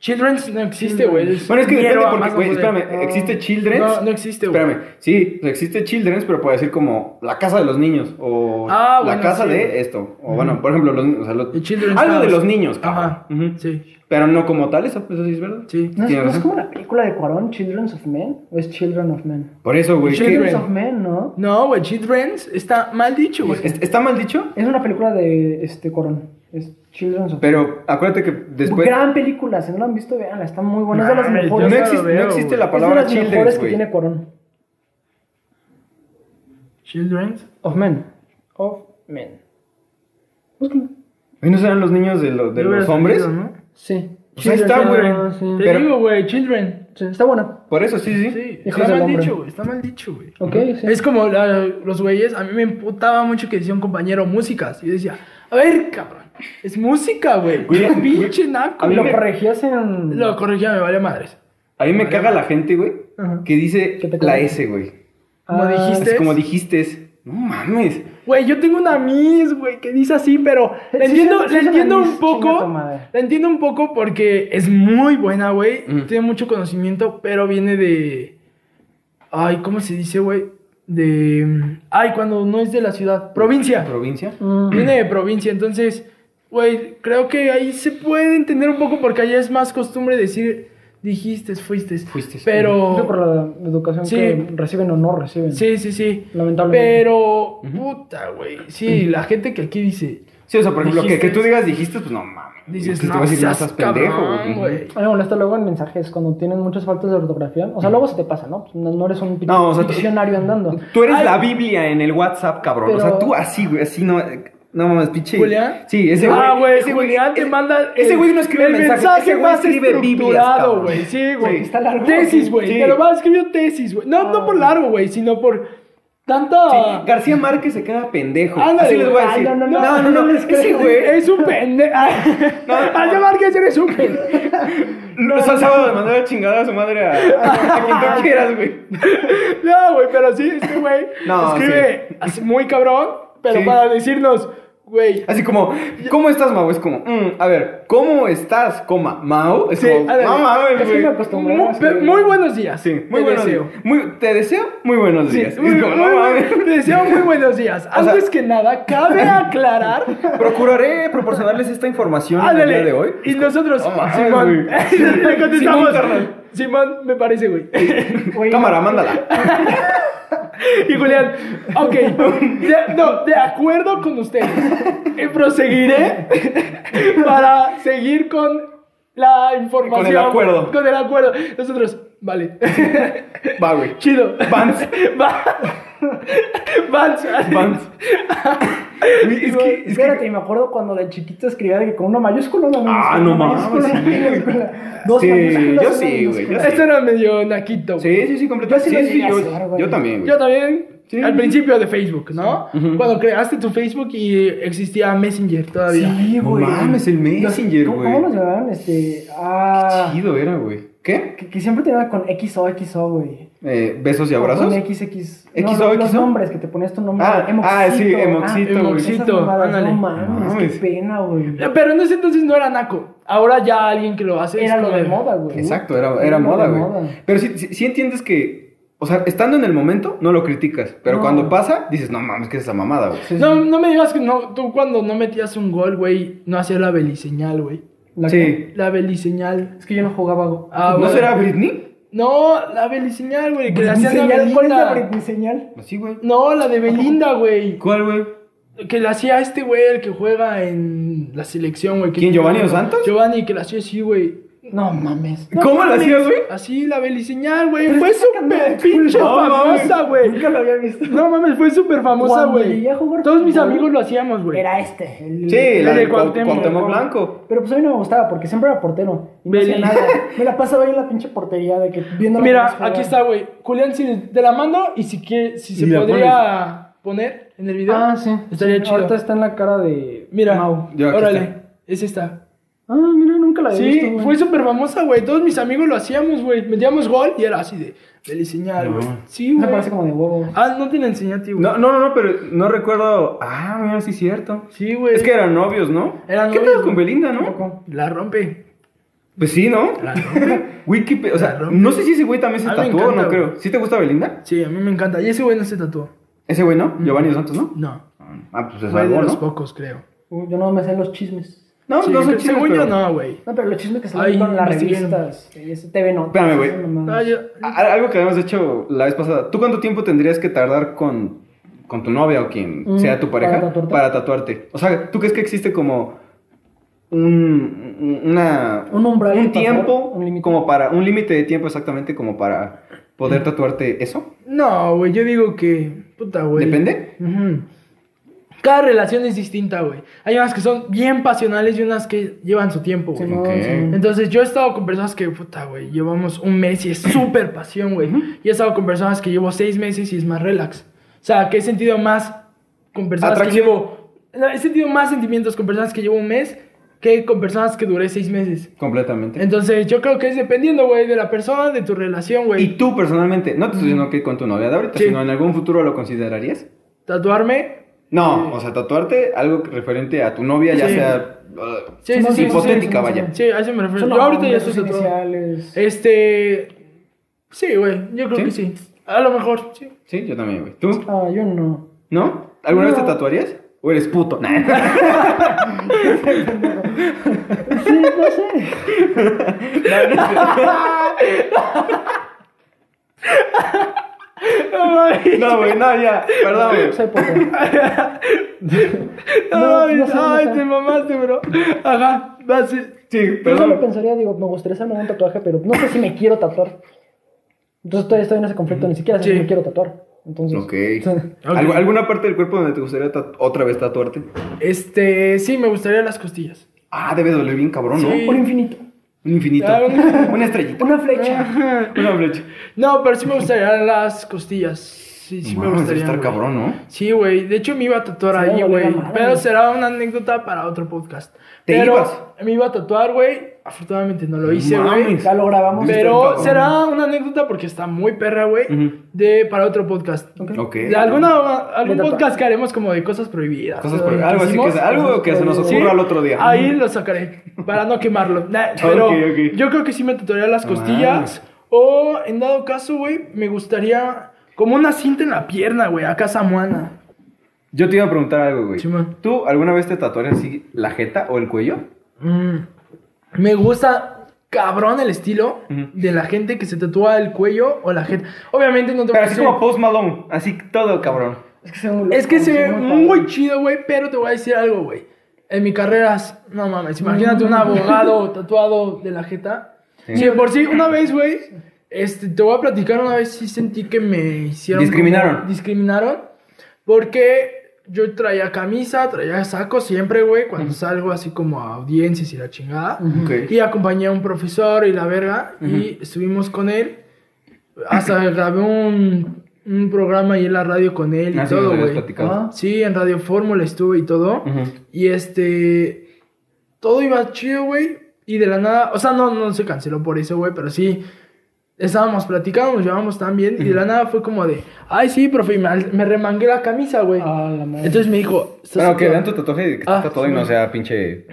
Children's no existe, güey. Bueno, es que mierda, depende más porque, no güey, poder. espérame, ¿existe Children's? No, no existe, güey. Espérame, sí, o sea, existe Children's, pero puede decir como la casa de los niños o Ah, bueno, la casa sí. de esto. O bueno, por ejemplo, los, ni- o sea, lo- El Children's algo House. de los niños. cabrón. Ajá. Ujú. Sí. Pero no como tal, eso, eso sí es verdad. Sí. ¿No es, Tienes no es razón. como la película de Cuarón, Children's of Men? ¿O es Children of Men? Por eso, güey. que- Children. Children's of Men, ¿no? No, güey, Children's está mal dicho, güey. ¿Est- ¿Está mal dicho? Es una película de este Cuarón. Es Children's of Men. Pero acuérdate que después. Gran película, si no la han visto, veanla, está muy buena. es de las Mames, No, mejores. yo existe, lo veo, no existe güey. la es de palabra las mejores Children's, que güey. tiene Cuarón. Children's. Of Men. Of Men. Búsquenlo. Ay, ¿No serán los niños de, lo- de Yo hubiera los hombres? sabido, ¿no? Sí. Pues ahí está, güey. Ah, sí. Te Pero- digo, güey, Children. Sí, Está buena. Por eso, sí, sí. Sí, Hijos está del mal hombre. dicho, güey. Está mal dicho, güey. Ok, sí. Es como la- los güeyes, a mí me emputaba mucho que decía un compañero músicas. Y yo decía, a ver, cabrón, es música, güey. Güey, Qué pinche naco. a mí Lo güey". corregías en. Lo corregía, me vale madres. A mí me caga la gente, güey, Ajá. que dice Que te la comen. S, güey. Como Ah, dijiste. Es como dijiste. es- No mames. Güey, yo tengo una Miss, güey, que dice así, pero la Sí, entiendo, sí, sí, la es una entiendo miss, un chinga tu poco. madre. La entiendo un poco porque es muy buena, güey. Mm. Tiene mucho conocimiento, pero viene de. Ay, ¿cómo se dice, güey? De. mm, Ay, cuando no es de la ciudad. Provincia. ¿Provincia? Mm. Viene de provincia, entonces, güey, creo que ahí se puede entender un poco porque allá es más costumbre decir dijiste, fuiste. Fuiste. Creo que por Pero. la educación Sí. que reciben o no reciben. Sí, sí, sí. Lamentablemente. Pero, puta, güey. Sí, la gente que aquí dice, Sí, o sea, por ejemplo, que, Dijiste. que tú digas dijiste, pues no mames. dices, Es que te no, voy a decir, seas cabrón, Ujú. güey. A mí me molesta Ah, luego en mensajes cuando tienen muchas faltas de ortografía. O sea, luego se te pasa, ¿no? Pues No, no eres un No, o sea, tú- diccionario andando. Tú eres Ay. la Biblia en el WhatsApp, cabrón. O sea, Pero- tú así, güey, así no. eh, No mames, pinche. ¿Julián? Sí, ese güey. ah, güey, ese güey- Julián te ese- manda. Ese el- güey no escribe el mensajes, mensaje ese güey más escribe Biblias, estructurado, cabrón. güey. Sí, Sí, güey. está largo. Tesis, güey. Sí. Ah. Te lo va a escribir tesis, güey. No, no por largo, güey, sino por. Tanto. Sí, García Márquez se queda pendejo. Ah. Ándale, Así les voy a ay, decir. no, no, no, no, no, no, ese güey. Es un pendejo. No, no. García Márquez, eres un pendejo. Los sábados de mandar a chingada a su madre a, a- a quien tú quieras, güey. No, güey, pero sí, este güey No, escribe así muy cabrón, pero Sí. para decirnos, güey. Así como, ¿cómo estás, Mau? Es como, mm, a ver, ¿cómo estás, coma, Mau? Es Sí, como, ándale. no mames, Es que me güey. acostumbré Muy, a pero hacer- muy buenos días. Sí, muy Te buenos deseo. días. Muy- te deseo muy buenos días. Muy- Es como, no muy mames. buen- te deseo muy buenos días. sea- Antes que nada, cabe aclarar. Procuraré proporcionarles esta información en el Ándale. día de hoy. Y nosotros, No mames, Simón, le contestamos. Simón, carnal. Simón, me parece, güey. Güey, Cámara, mándala. Y Julián, ok, de- no, de acuerdo con ustedes, eh, proseguiré para seguir con la información. acuerdo. Con el acuerdo. Nosotros, vale. Va, güey. Chido. Vans. Va- Vans. Vans. Güey, Es que, es que Espérate, y me acuerdo cuando de chiquito escribía de que con una mayúscula, una minúscula, Ah, no una mames, mayúscula, sí, una minúscula, dos Sí, mayúsculas, yo una sí, güey, yo minúscula. Este era medio naquito. güey. Sí, sí, sí, completamente. Yo sí lo Sí, sí, llegué a yo, hacer, güey. yo también, güey. Yo también. Al principio de Facebook, ¿no? Cuando creaste tu Facebook y existía Messenger todavía. Sí, No güey. mames, el Messenger, ¿Cómo- güey. ¿Cómo nos llamaban? Este. Ah. Chido era, güey. ¿Qué? Que, que siempre terminaba con XO, XO, güey. Eh, ¿Besos y O abrazos? Con XX. XO, no, los- Los XO. nombres, que te ponías tu nombre. Ah, ah, sí, emoxito, Ah, güey. esas Emoxito, mamadas, ándale. No mames, Mames. qué pena, güey. Pero en ese entonces no era naco. Ahora ya alguien que lo hace es Era lo como de moda, güey. Exacto, era, Era era lo moda, de güey. moda. Pero sí, sí- sí entiendes que, o sea, estando en el momento, no lo criticas. Pero No. cuando pasa, dices, no mames, ¿qué es esa mamada, güey? Sí, sí. No, no me digas que no, tú cuando no metías un gol, güey, no hacías la beliseñal, güey. La- Sí. La beliseñal. Es que yo no jugaba. Ah, ¿No bueno. será Britney? No, la beliseñal, güey, que le Britney hacían a Pues, señal, ¿Cuál es la Belinda. Britney señal? Pues sí, güey. No, la de Belinda, güey. ¿Cuál, güey? Que le hacía a este güey, el que juega en la selección, güey. que- ¿Quién, Giovanni Dos Santos? Giovanni, que la hacía así, güey. No mames. ¿Cómo la hacías, güey? Así, la beliseñal, güey. Fue esa súper canción- pinche No, famosa, güey. Nunca lo había visto. No mames, fue súper famosa, Cuando güey. llegué a jugar Todos mis fútbol, amigos lo hacíamos, güey. Era este. el- Sí, la de de Cuau- Cuauhtémoc. Cuauhtémoc Blanco. Pero pues a mí no me gustaba porque siempre era portero. Y no hacía Beli. nada. Me la pasaba ahí en la pinche portería de que viendo Mira, aquí está, güey. Julián, si te la mando y si quiere, si se Y la podría poner en el video. Ah, sí. Estaría Sí, chido. Ahorita está en la cara de Mira, Mau. Ya, aquí órale, está. es esta. Ah, mira, nunca la había Sí, visto. güey. fue súper famosa, güey. Todos mis amigos lo hacíamos, güey. Metíamos gol y era así de, de enseñar, güey. Sí, Me güey. parece como de huevo. Ah, no te la enseñé a ti, güey. No, no, no, pero no recuerdo. Ah, mira, sí, es cierto. Sí, güey. Es que eran novios, ¿no? Eran ¿Qué novios, pedo con güey. Belinda, Un no? poco. La rompe. Pues sí, ¿no? La rompe. Wikipedia, o sea, La rompe. no sé si ese güey también se A mí me tatuó o no encanta, creo. güey. ¿Sí te gusta Belinda? sí, a mí me encanta. Y ese güey no se tatuó. Ese güey, ¿no? Giovanni Dos Santos, ¿no? No. Ah, pues es Fue de algo, los ¿no? pocos, creo. Uh, Yo no me sé los chismes. No, pues, Sí, no que- son chismes, Según pero- yo, no, güey. No, pero los chismes que Ay, salen con las investigaron. revistas. y ese TV Notas. Espérame, güey. esas mamadas. Ah, yo- A- Algo que habíamos hecho la vez pasada. ¿Tú cuánto tiempo tendrías que tardar con, con tu novia o quien Mm, sea tu pareja para tatuarte. tatuarte? O sea, ¿tú crees que existe como un, un- una, Un umbral un que pasar, tiempo, un límite. como para, un límite de tiempo exactamente como para Mm. poder tatuarte eso? No, güey, yo digo que. Puta, Pues, güey. ¿Depende? Ujú. Cada relación es distinta, güey. Hay unas que son bien pasionales y unas que llevan su tiempo, güey. Sí, no, Ok. sí, no. Entonces, yo he estado con personas que, puta, güey, llevamos un mes y es súper pasión, güey. Y he estado con personas que llevo seis meses y es más relax. O sea, que he sentido más con personas Atracción. que llevo. no, He sentido más sentimientos con personas que llevo un mes que con personas que duré seis meses. Completamente. Entonces, yo creo que es dependiendo, güey, de la persona, de tu relación, Y güey. tú personalmente, no te estoy Mm. diciendo que con tu novia de ahorita, Sí. sino en algún futuro lo considerarías. Tatuarme. No, o sea, tatuarte algo referente a tu novia, ya Sí. sea uh, Sí, Son sí, sí, hipotética, sí, sí, vaya. Sí, a eso me refiero. Son Yo ahorita ya nombres, estoy sus tatuado. iniciales. Este. Sí, güey. Yo creo ¿Sí? que sí. A lo mejor, sí. Sí, yo también, güey. ¿Tú? Ah, yo no. ¿No? ¿Alguna No. vez te tatuarías? ¿O eres puto? Nah. Sí, no sé. No, güey, no, ya. Perdón, güey. Soy poco. No, Ay, no sé, no ay, sé. te mamaste, bro. Ajá, vas. Sí, Yo solo perdón. pensaría, digo, me gustaría hacerme un tatuaje, pero no sé si me quiero tatuar. Entonces todavía estoy en ese conflicto, ni siquiera sé Sí. si me quiero tatuar. Entonces. Ok. Ok. ¿Algu- ¿Alguna parte del cuerpo donde te gustaría tatu- otra vez tatuarte? Este, sí, me gustaría las costillas. Ah, debe doler bien cabrón, ¿no? Sí. Un infinito. Un infinito. Ah, un- Una estrellita. Una flecha. Una flecha. No, pero sí me gustaría las costillas. sí, sí No me mames, gustaría. estar güey. cabrón, ¿no? Sí, güey. De hecho, me iba a tatuar Se va a ahí, volver güey. a amar, Pero güey. será una anécdota para otro podcast. ¿Te Pero ibas? Me iba a tatuar, güey. Afortunadamente no lo hice, güey. mames. Ya lo grabamos. Pero Está será una anécdota porque está muy perra, güey. Ujú. De para otro podcast. Ok. Ok. De alguna, algún De tatuar. podcast que haremos como de cosas prohibidas. Cosas o por- algo así que, hicimos. se- algo que se nos Sí, ocurra al otro día. Ahí lo sacaré para no quemarlo. Nah, pero Ok, ok. yo creo que sí me tatuaría las Ah. costillas. O en dado caso, güey, me gustaría como una cinta en la pierna, güey, acá samuana. Yo te iba a preguntar algo, güey. Simón. ¿Tú alguna vez te tatuarías así la jeta o el cuello? Mm. Me gusta cabrón el estilo Ujú. de la gente que se tatúa el cuello o la gente. Obviamente no te Pero voy a así decir- como Post Malone, así todo cabrón. Es que se ve muy, Es que se ve loco, muy chido, güey, pero te voy a decir algo, güey. En mi carrera, no mames, imagínate un abogado tatuado de la jeta. Sí. Sí, de por sí, una vez, güey, este, te voy a platicar, una vez sí sentí que me hicieron... Discriminaron. como- discriminaron, porque yo traía camisa, traía saco siempre, güey, cuando salgo así como a audiencias y la chingada. Ok. Y acompañé a un profesor y la verga. Y estuvimos con él. Hasta grabé un, un programa ahí en la radio con él y Así nos todo, habías güey. platicado. Ah. Sí, en Radio Fórmula estuve y todo. Ujú. Y este. Todo iba chido, güey. Y de la nada. O sea, no, no se canceló por eso, güey. Pero sí. Estábamos platicando, nos llevábamos tan bien. Y de la nada fue como de. Ay, sí, profe. y Me, me remangué la camisa, güey. Ah, la madre. Entonces me dijo. "Estás Bueno, que tatuado". vean tu tatuaje y que Ah, está tatuado y sí. no sea pinche.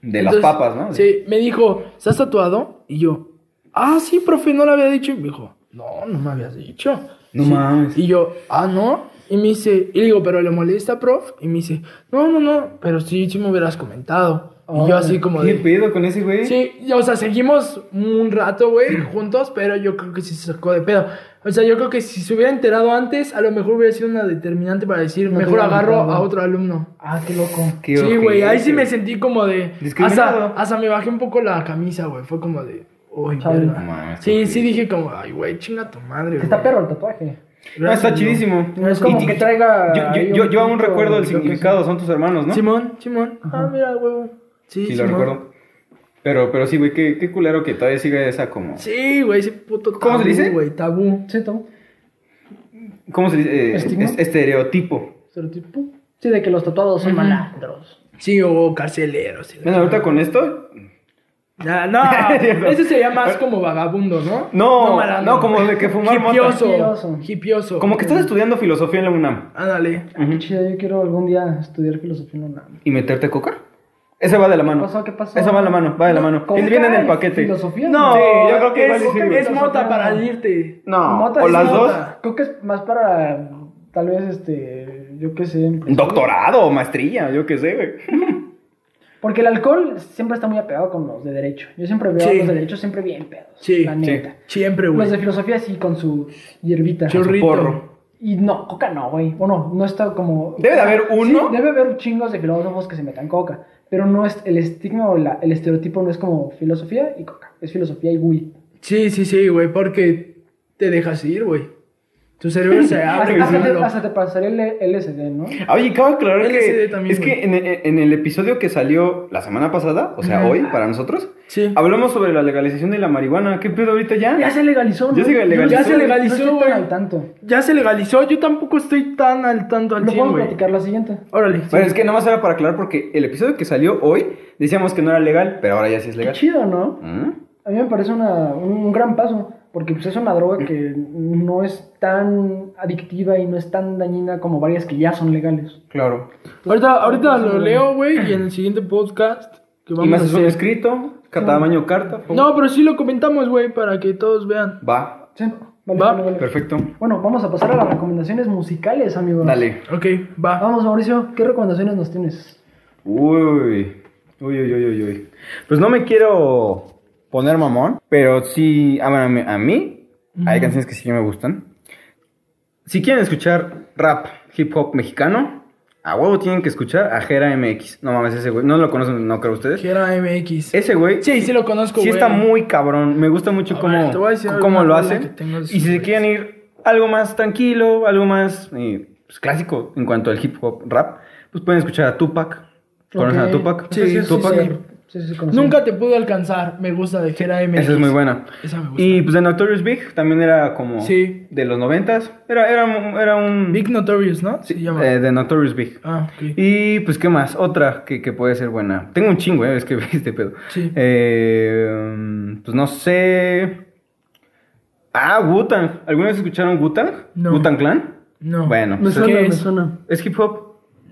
De las papas, ¿no? Sí, me dijo, ¿estás tatuado? Y yo, ah, sí, profe, no lo había dicho. Y me dijo, no, no me habías dicho. No Sí. mames. Y yo, ah, no. Y me dice, y le digo, pero le molesta, prof. Y me dice, no, no, no, pero sí, sí me hubieras comentado. y yo, así como ¿Qué de. pedo con ese güey? Sí, y, o sea, seguimos un rato, güey, juntos, pero yo creo que sí se sacó de pedo. O sea, yo creo que si se hubiera enterado antes, a lo mejor hubiera sido una determinante para decir, No te mejor hubiera agarro contado. a otro alumno. Ah, qué loco. Qué Sí, güey, ojete. ahí sí me sentí como de. Discriminado. Hasta, hasta me bajé un poco la camisa, güey. Fue como de. Uy, Chale. verga". No mames, Sí, qué sí dije como, ay, güey, chinga tu madre, güey. Está perro el tatuaje. No, Ah, está Gracias, chidísimo. No, es como Y- que traiga Yo, ahí yo, yo, un yo aún punto, recuerdo yo el qué sé. significado, son tus hermanos, ¿no? Simón, Simón. Ah, mira, güey. Sí, Sí, lo Simón. recuerdo. Pero, pero sí, güey, qué, qué culero que todavía sigue esa como. Sí, güey, ese puto tabú, ¿Cómo se dice? güey, tabú. Sí, tú. ¿Cómo se dice? Eh, ¿Estigma? es- estereotipo. Estereotipo. Sí, de que los tatuados son Ujú. malandros. Sí, o carceleros. sí. Bueno, ahorita con esto. Ya, no, eso sería más como vagabundo, ¿no? No, malandro. no, como de que fumar mota. Hipioso, Hipioso. hipioso. Como que estás estudiando filosofía en la UNAM. Ándale. Ah, Qué chido, yo quiero algún día estudiar filosofía en la UNAM. ¿Y meterte coca? Esa va de la mano. ¿Qué pasó? ¿Qué pasó? Esa va de la mano, va de la mano. ¿Coca Viene en el es paquete. filosofía? No, Sí, yo creo que es, igual y sí, güey. es mota para irte. No, Mota Ah, o es las mota. dos. Creo que es más para, tal vez, este, yo qué sé. Doctorado o maestría, yo qué sé, güey. Porque el alcohol siempre está muy apegado con los de derecho. Yo siempre veo Sí. a los de derecho siempre bien pedos. Sí, la sí. neta. Siempre, güey. Los de filosofía sí, con su hierbita. Chorri- Rito. Porro. Y no, coca no, güey. O no, no está como... Debe de haber uno. Sí, debe haber chingos de filósofos que se metan coca. Pero no es el estigma o la- el estereotipo no es como filosofía y coca. Es filosofía y güey. Sí, sí, sí, güey, porque te dejas ir, güey. Tu cerebro se abre. Hasta, güey, hasta te, lo- hasta te pasaría el LSD, ¿no? Ah, Oye, cabe aclarar LCD que también, es güey. que en, en- en el episodio que salió la semana pasada, o sea, Ujú. hoy para nosotros, Sí. hablamos sobre la legalización de la marihuana. ¿Qué pedo ahorita ya? Ya se legalizó, ¿no? Ya se legalizó. Ya se legalizó, No estoy güey. tan al tanto. Ya se legalizó, yo tampoco estoy tan al tanto al Lo cien, podemos güey. platicar la siguiente. Órale. Bueno, es que nada más era para aclarar porque el episodio que salió hoy decíamos que no era legal, pero ahora ya sí es Qué legal. chido, ¿no? ¿Mm? A mí me parece una- un, un gran paso, porque pues, es una droga que no es tan adictiva y no es tan dañina como varias que ya son legales. Claro. Ahorita, ahorita lo leo, güey, y en el siguiente podcast que Y vamos más a es un hacer. escrito, tamaño carta. No, pero sí lo comentamos, güey, para que todos vean. Va, Sí, vale, Va, vale, vale. perfecto. Bueno, vamos a pasar a las recomendaciones musicales, amigos. Dale. Ok, va. Ah. Vamos, Mauricio, ¿qué recomendaciones nos tienes? Uy. Uy, uy, uy, uy, uy. Pues no me quiero poner mamón, pero sí, ah, a, a mí, a mí hay canciones que sí que me gustan. Si quieren escuchar rap, hip hop mexicano, a huevo tienen que escuchar a Jera MX. No mames, ese güey, no lo conocen, no creo ustedes. Gera MX. Ese güey Sí, sí lo conozco, sí güey. está muy cabrón. Me gusta mucho A cómo, ver, te voy a decir cómo alguna rola lo hace. que tengo de Y sus si se güeyes. quieren ir algo más tranquilo, algo más eh, pues, clásico en cuanto al hip hop rap, pues pueden escuchar a Tupac. ¿Conocen Ok. a Tupac? Sí, sí, sí, Tupac. sí. Sí, sí, sí, conocí. Nunca te pude alcanzar, me gusta de Gera MX. Esa es muy buena. Esa me gusta. Y pues de Notorious Big también era como Sí. de los noventas. Era, era, un- era un... Big Notorious, ¿no? Se llama. eh, de Notorious Big. ah, ok. Y pues, ¿qué más? Otra que, que puede ser buena. Tengo un chingo, ¿eh? Es que este pedo. Sí. Eh, mm, pues no sé. Ah, Wutan. ¿Alguna vez escucharon Wutan? No. ¿Wutan Clan? No. Bueno, Me pues, suena, suena, ¿Qué me es? suena. es hip hop,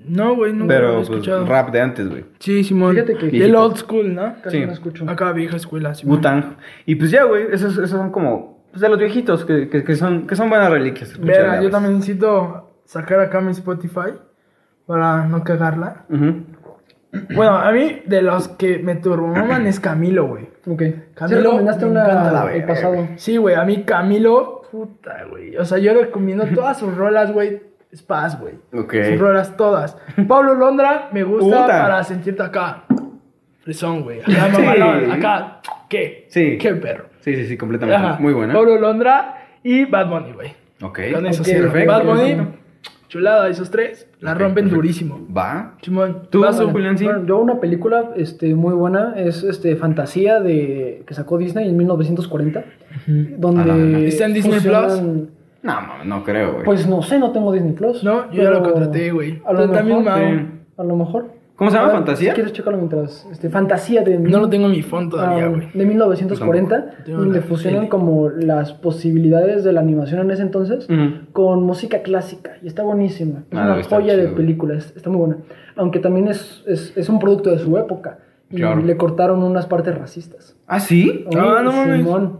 No, güey, nunca lo pero he pues, escuchado. rap de antes, güey. Sí, Simón. Fíjate que- Del old school, ¿no? Casi Sí. no escucho. Acá vieja escuela, Simón. Wutan. Y pues ya, güey, esos, esos son como pues, de los viejitos que, que, que son, que son buenas reliquias. Verga, Escucharlas. yo también necesito sacar acá mi Spotify para no cagarla. Ujú. Bueno, a mí de los que me turboman es Camilo, güey. Ok. Sí, Camilo, recomendaste me una encanta la el verga, pasado. Sí, güey, a mí Camilo, puta, güey. O sea, yo recomiendo todas sus rolas, güey. Es paz, güey. Ok. Sus rolas todas. Pablo Londra me gusta Puta. para sentirte acá. Fresón, güey. Acá, mamalón, acá. ¿Qué? Sí. ¿Qué perro? Sí, sí, sí, completamente. Ajá. Muy buena. Pablo Londra y Bad Bunny, güey. Ok. Con eso ok, sí, perfecto, Bad Bunny, perfecto. chulada, esos tres, la Ok, rompen perfecto. durísimo. Va. Chimón, ¿Tú, vas, güey. Julián, sí? Bueno, yo una película este, muy buena es este, Fantasía de, que sacó Disney en 1940. Ah, no, no. Donde ¿Está en Disney fusionan- No, mames, no creo, güey. Pues no sé, no tengo Disney Plus. No, yo ya lo contraté, güey. A lo Tú también, mejor. Mau. sí. A lo mejor. ¿Cómo se llama? A ver, ¿Fantasía? Si quieres, chécalo mientras. Este, fantasía de. No lo tengo en mi phone ah, todavía, güey. de 1940, Tengo donde la fusionan tele. como las posibilidades de la animación en ese entonces Ujú. con música clásica y está buenísima. Es Mm. Ah, una debe estar joya de chido, güey. películas, está muy buena. Aunque también es, es, es un producto de su época y Claro. le cortaron unas partes racistas. ¿Ah, sí? Oye, Simón,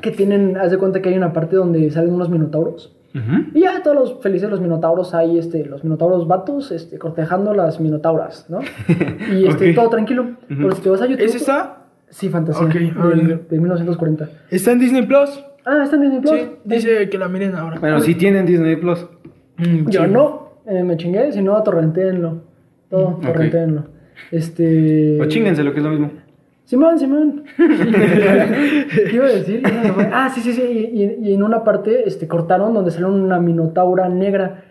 que tienen, haz de cuenta que hay una parte donde salen unos minotauros. Ujú. Y ya todos los felices los minotauros hay, este, los minotauros vatos, este, cortejando las minotauras, ¿no? Y este, Ok. todo tranquilo. Pero si te vas a YouTube. ¿Es esa? Sí, fantasía. Ok, a ver, de, dilo. de 1940. ¿Está en Disney Plus? Ah, está en Disney Plus. Sí, dice que la miren ahora. Bueno, sí tienen Disney Plus. Mm, Yo sí. no, eh, me chingué, si no, torrentéenlo. Todo, torrentéenlo. Este. O chinguense, lo que es lo mismo. Simón, Simón. ¿Qué iba a decir? Ya se me fue. Ah, sí, sí, sí. Y, y- y en una parte este, cortaron donde sale una minotaura negra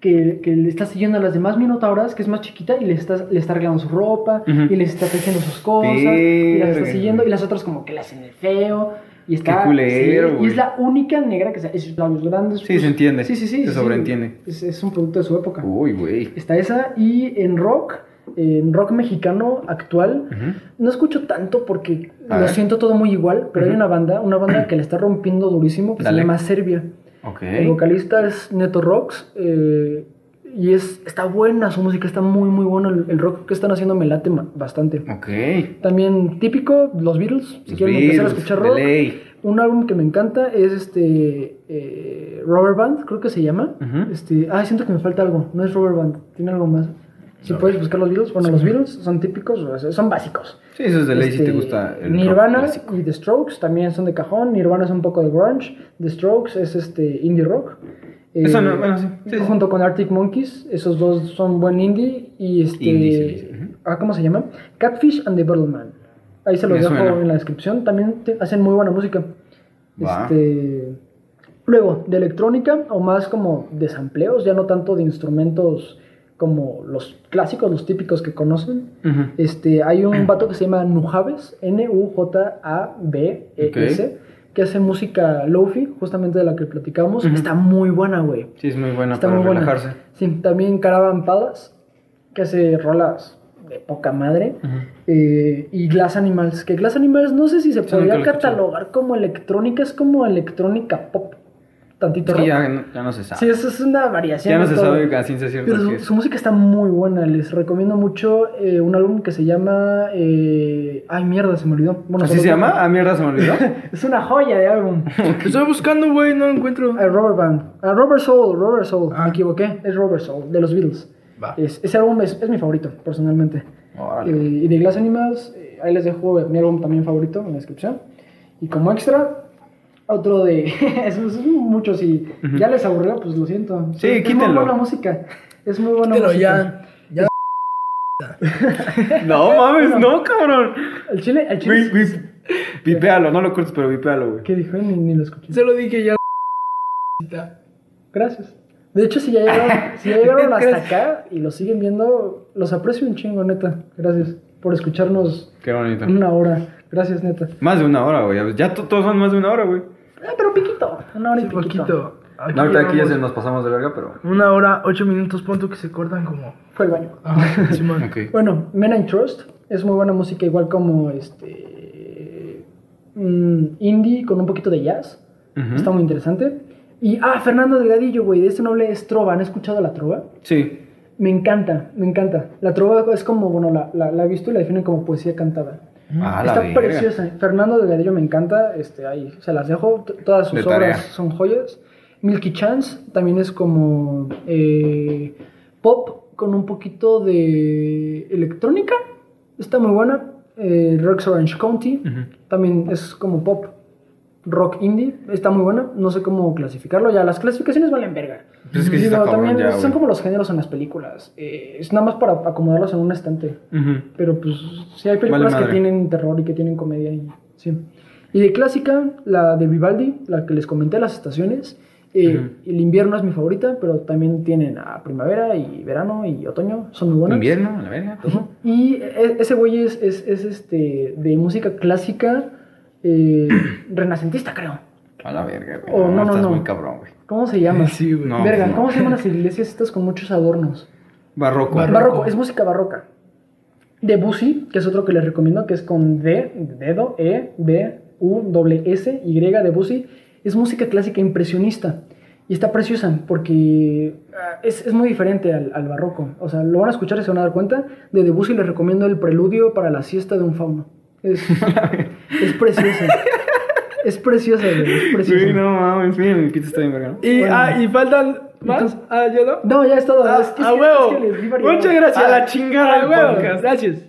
que, que le está siguiendo a las demás minotauras, que es más chiquita, y le está, le está arreglando su ropa, Ujú. y les está tejiendo sus cosas, y las está Verga. siguiendo, y las otras como que le hacen el feo. Y está, Qué culero, sí, y güey. es la única negra que se y sus labios grandes. Sí, se entiende. Sí, sí, sí. Se sí. sobreentiende. Es, es un producto de su época. Uy, güey. Está esa y en rock, en rock mexicano actual, no escucho tanto porque A lo ver. siento todo muy igual, pero hay una banda, una banda que le está rompiendo durísimo que Dale. se llama Serbia. Ok. El vocalista es Neto Rocks eh, y es, está buena, su música está muy muy buena, el, el rock que están haciendo me late ma- bastante. Ok. También típico, los Beatles, si Los quieren empezar a Beatles, escuchar de rock. ley. Un álbum que me encanta es este eh, Rubber Band, creo que se llama. Ujú. Este, ah, siento que me falta algo. No es Rubber Band, tiene algo más. Si puedes buscar los Beatles, bueno, los Beatles son típicos, o sea, son básicos. Sí, eso es de ley si Este, te gusta el rock Nirvana clásico. y The Strokes también son de cajón. Nirvana es un poco de grunge. The Strokes es este indie rock. Eh, Eso no, bueno, sí, sí, sí. junto con Arctic Monkeys, esos dos son buen indie y este Indie se dice, ujú. ah, ¿cómo se llama? Catfish and the Battleman. Ahí se los Me dejo suena. en la descripción. También te- hacen muy buena música. Va. Este, luego, de electrónica o más como de sampleos, ya no tanto de instrumentos como los clásicos, los típicos que conocen. Ujú. Este, hay un vato que se llama Nujaves, N-U-J-A-B-E-S, E que hace música lofi, justamente de la que platicamos. Está muy buena, güey. Sí, es muy buena Está para muy buena. relajarse. Sí, también Caravan Palace, que hace rolas de poca madre. Eh, y Glass Animals, que Glass Animals no sé si se nunca podría lo he escuchado. catalogar como electrónica, es como electrónica pop. Tantito Sí, rock. ya, no- ya no se sabe. Sí, eso es una variación. ya no de se todo. sabe a ciencia cierta qué Pero su, es. su música está muy buena. Les recomiendo mucho eh, un álbum que se llama. eh, Ay, mierda, se me olvidó. Bueno, ¿Así lo- se llama? Ah, mierda, se me olvidó. Es una joya de álbum. Estoy buscando, güey, no lo encuentro. A Robert Band. A Robert Soul, Robert Soul. Ah. Me equivoqué. Es Robert Soul, de los Beatles. Va. Es- ese álbum es, es mi favorito, personalmente. Órale. Eh, y de Glass Animals, eh, ahí les dejo mi álbum también favorito en la descripción. Y como extra, otro de. es, es mucho, si ya les aburrió, pues lo siento. Sí, es, es muy quítenlo. buena música. Es muy buena Pero música. ya. ya. No mames, no, cabrón. El chile, el chile. Güey, güey, Vipéalo, no lo cortes, pero vipéalo, güey. ¿Qué dijo? Ni, ni lo escuché. Se lo dije ya. Gracias. De hecho, si ya llegaron, si ya llegaron hasta acá y lo siguen viendo, los aprecio un chingo, neta. Gracias. por escucharnos Qué bonito. una hora. Gracias, neta. Más de una hora, güey. Ya to- todos son más de una hora, güey. Ah, pero piquito. Una hora y Un piquito. poquito. No, ahorita aquí ya llevamos se nos pasamos de verga, pero. Una hora, ocho minutos, punto que se cortan como. Fue el baño. Ah, Simón. Ok. Bueno, Men and Trust es muy buena música, igual como este mm, indie con un poquito de jazz. Está muy interesante. Y ah, Fernando Delgadillo, güey, de este noble es trova. ¿Han escuchado la trova? Sí. Me encanta, me encanta. La trova es como, bueno, la, la, la he visto y la definen como poesía cantada. Ah, la Mm, Está verga. preciosa. Fernando Delgadillo me encanta. Este, ahí se las dejo. T- Todas sus De tarea. obras son joyas. Milky Chance también es como eh, pop con un poquito de electrónica. Está muy buena. Eh, Rex Orange County también es como pop. Rock indie está muy buena. No sé cómo clasificarlo. Ya las clasificaciones valen verga. Pues es que sí está cabrón también ya, son güey. como los géneros en las películas. Eh, es nada más para acomodarlos en un estante. Ujú. Pero pues sí hay películas madre. que tienen terror y que tienen comedia y sí. Y de clásica, la de Vivaldi, la que les comenté, las estaciones. Eh, El invierno es mi favorita, pero también tienen a primavera y verano y otoño. Son muy buenas. Invierno, a la verga, todo. Y e- ese güey es, es, es, este de música clásica eh, renacentista, creo. A la verga, güey. Oh, no, no, estás no. muy cabrón, güey. ¿Cómo se llama? Sí, güey. No, Verga, no. ¿cómo se llaman las iglesias estas con muchos adornos? Barroco. Barro- Barroco, es música barroca. De Busi, que es otro que les recomiendo, que es con D, dedo, E, B, U, doble S, Y de Busi. Es música clásica impresionista. Y está preciosa porque ah, es, es muy diferente al, al barroco. O sea, lo van a escuchar y se van a dar cuenta. De Debussy les recomiendo el preludio para la siesta de un fauno. Es, es preciosa. Es preciosa, güey, es preciosa. Güey, no mames. Mira, mi pizza está bien verga, ¿no? Y, Bueno. ah, y faltan más. Entonces- ah, ya no. No, ya es todo. Ah, es que- es a que- huevo. es que les di variedad. Muchas gracias. A la chingada A el huevo. podcast. Gracias.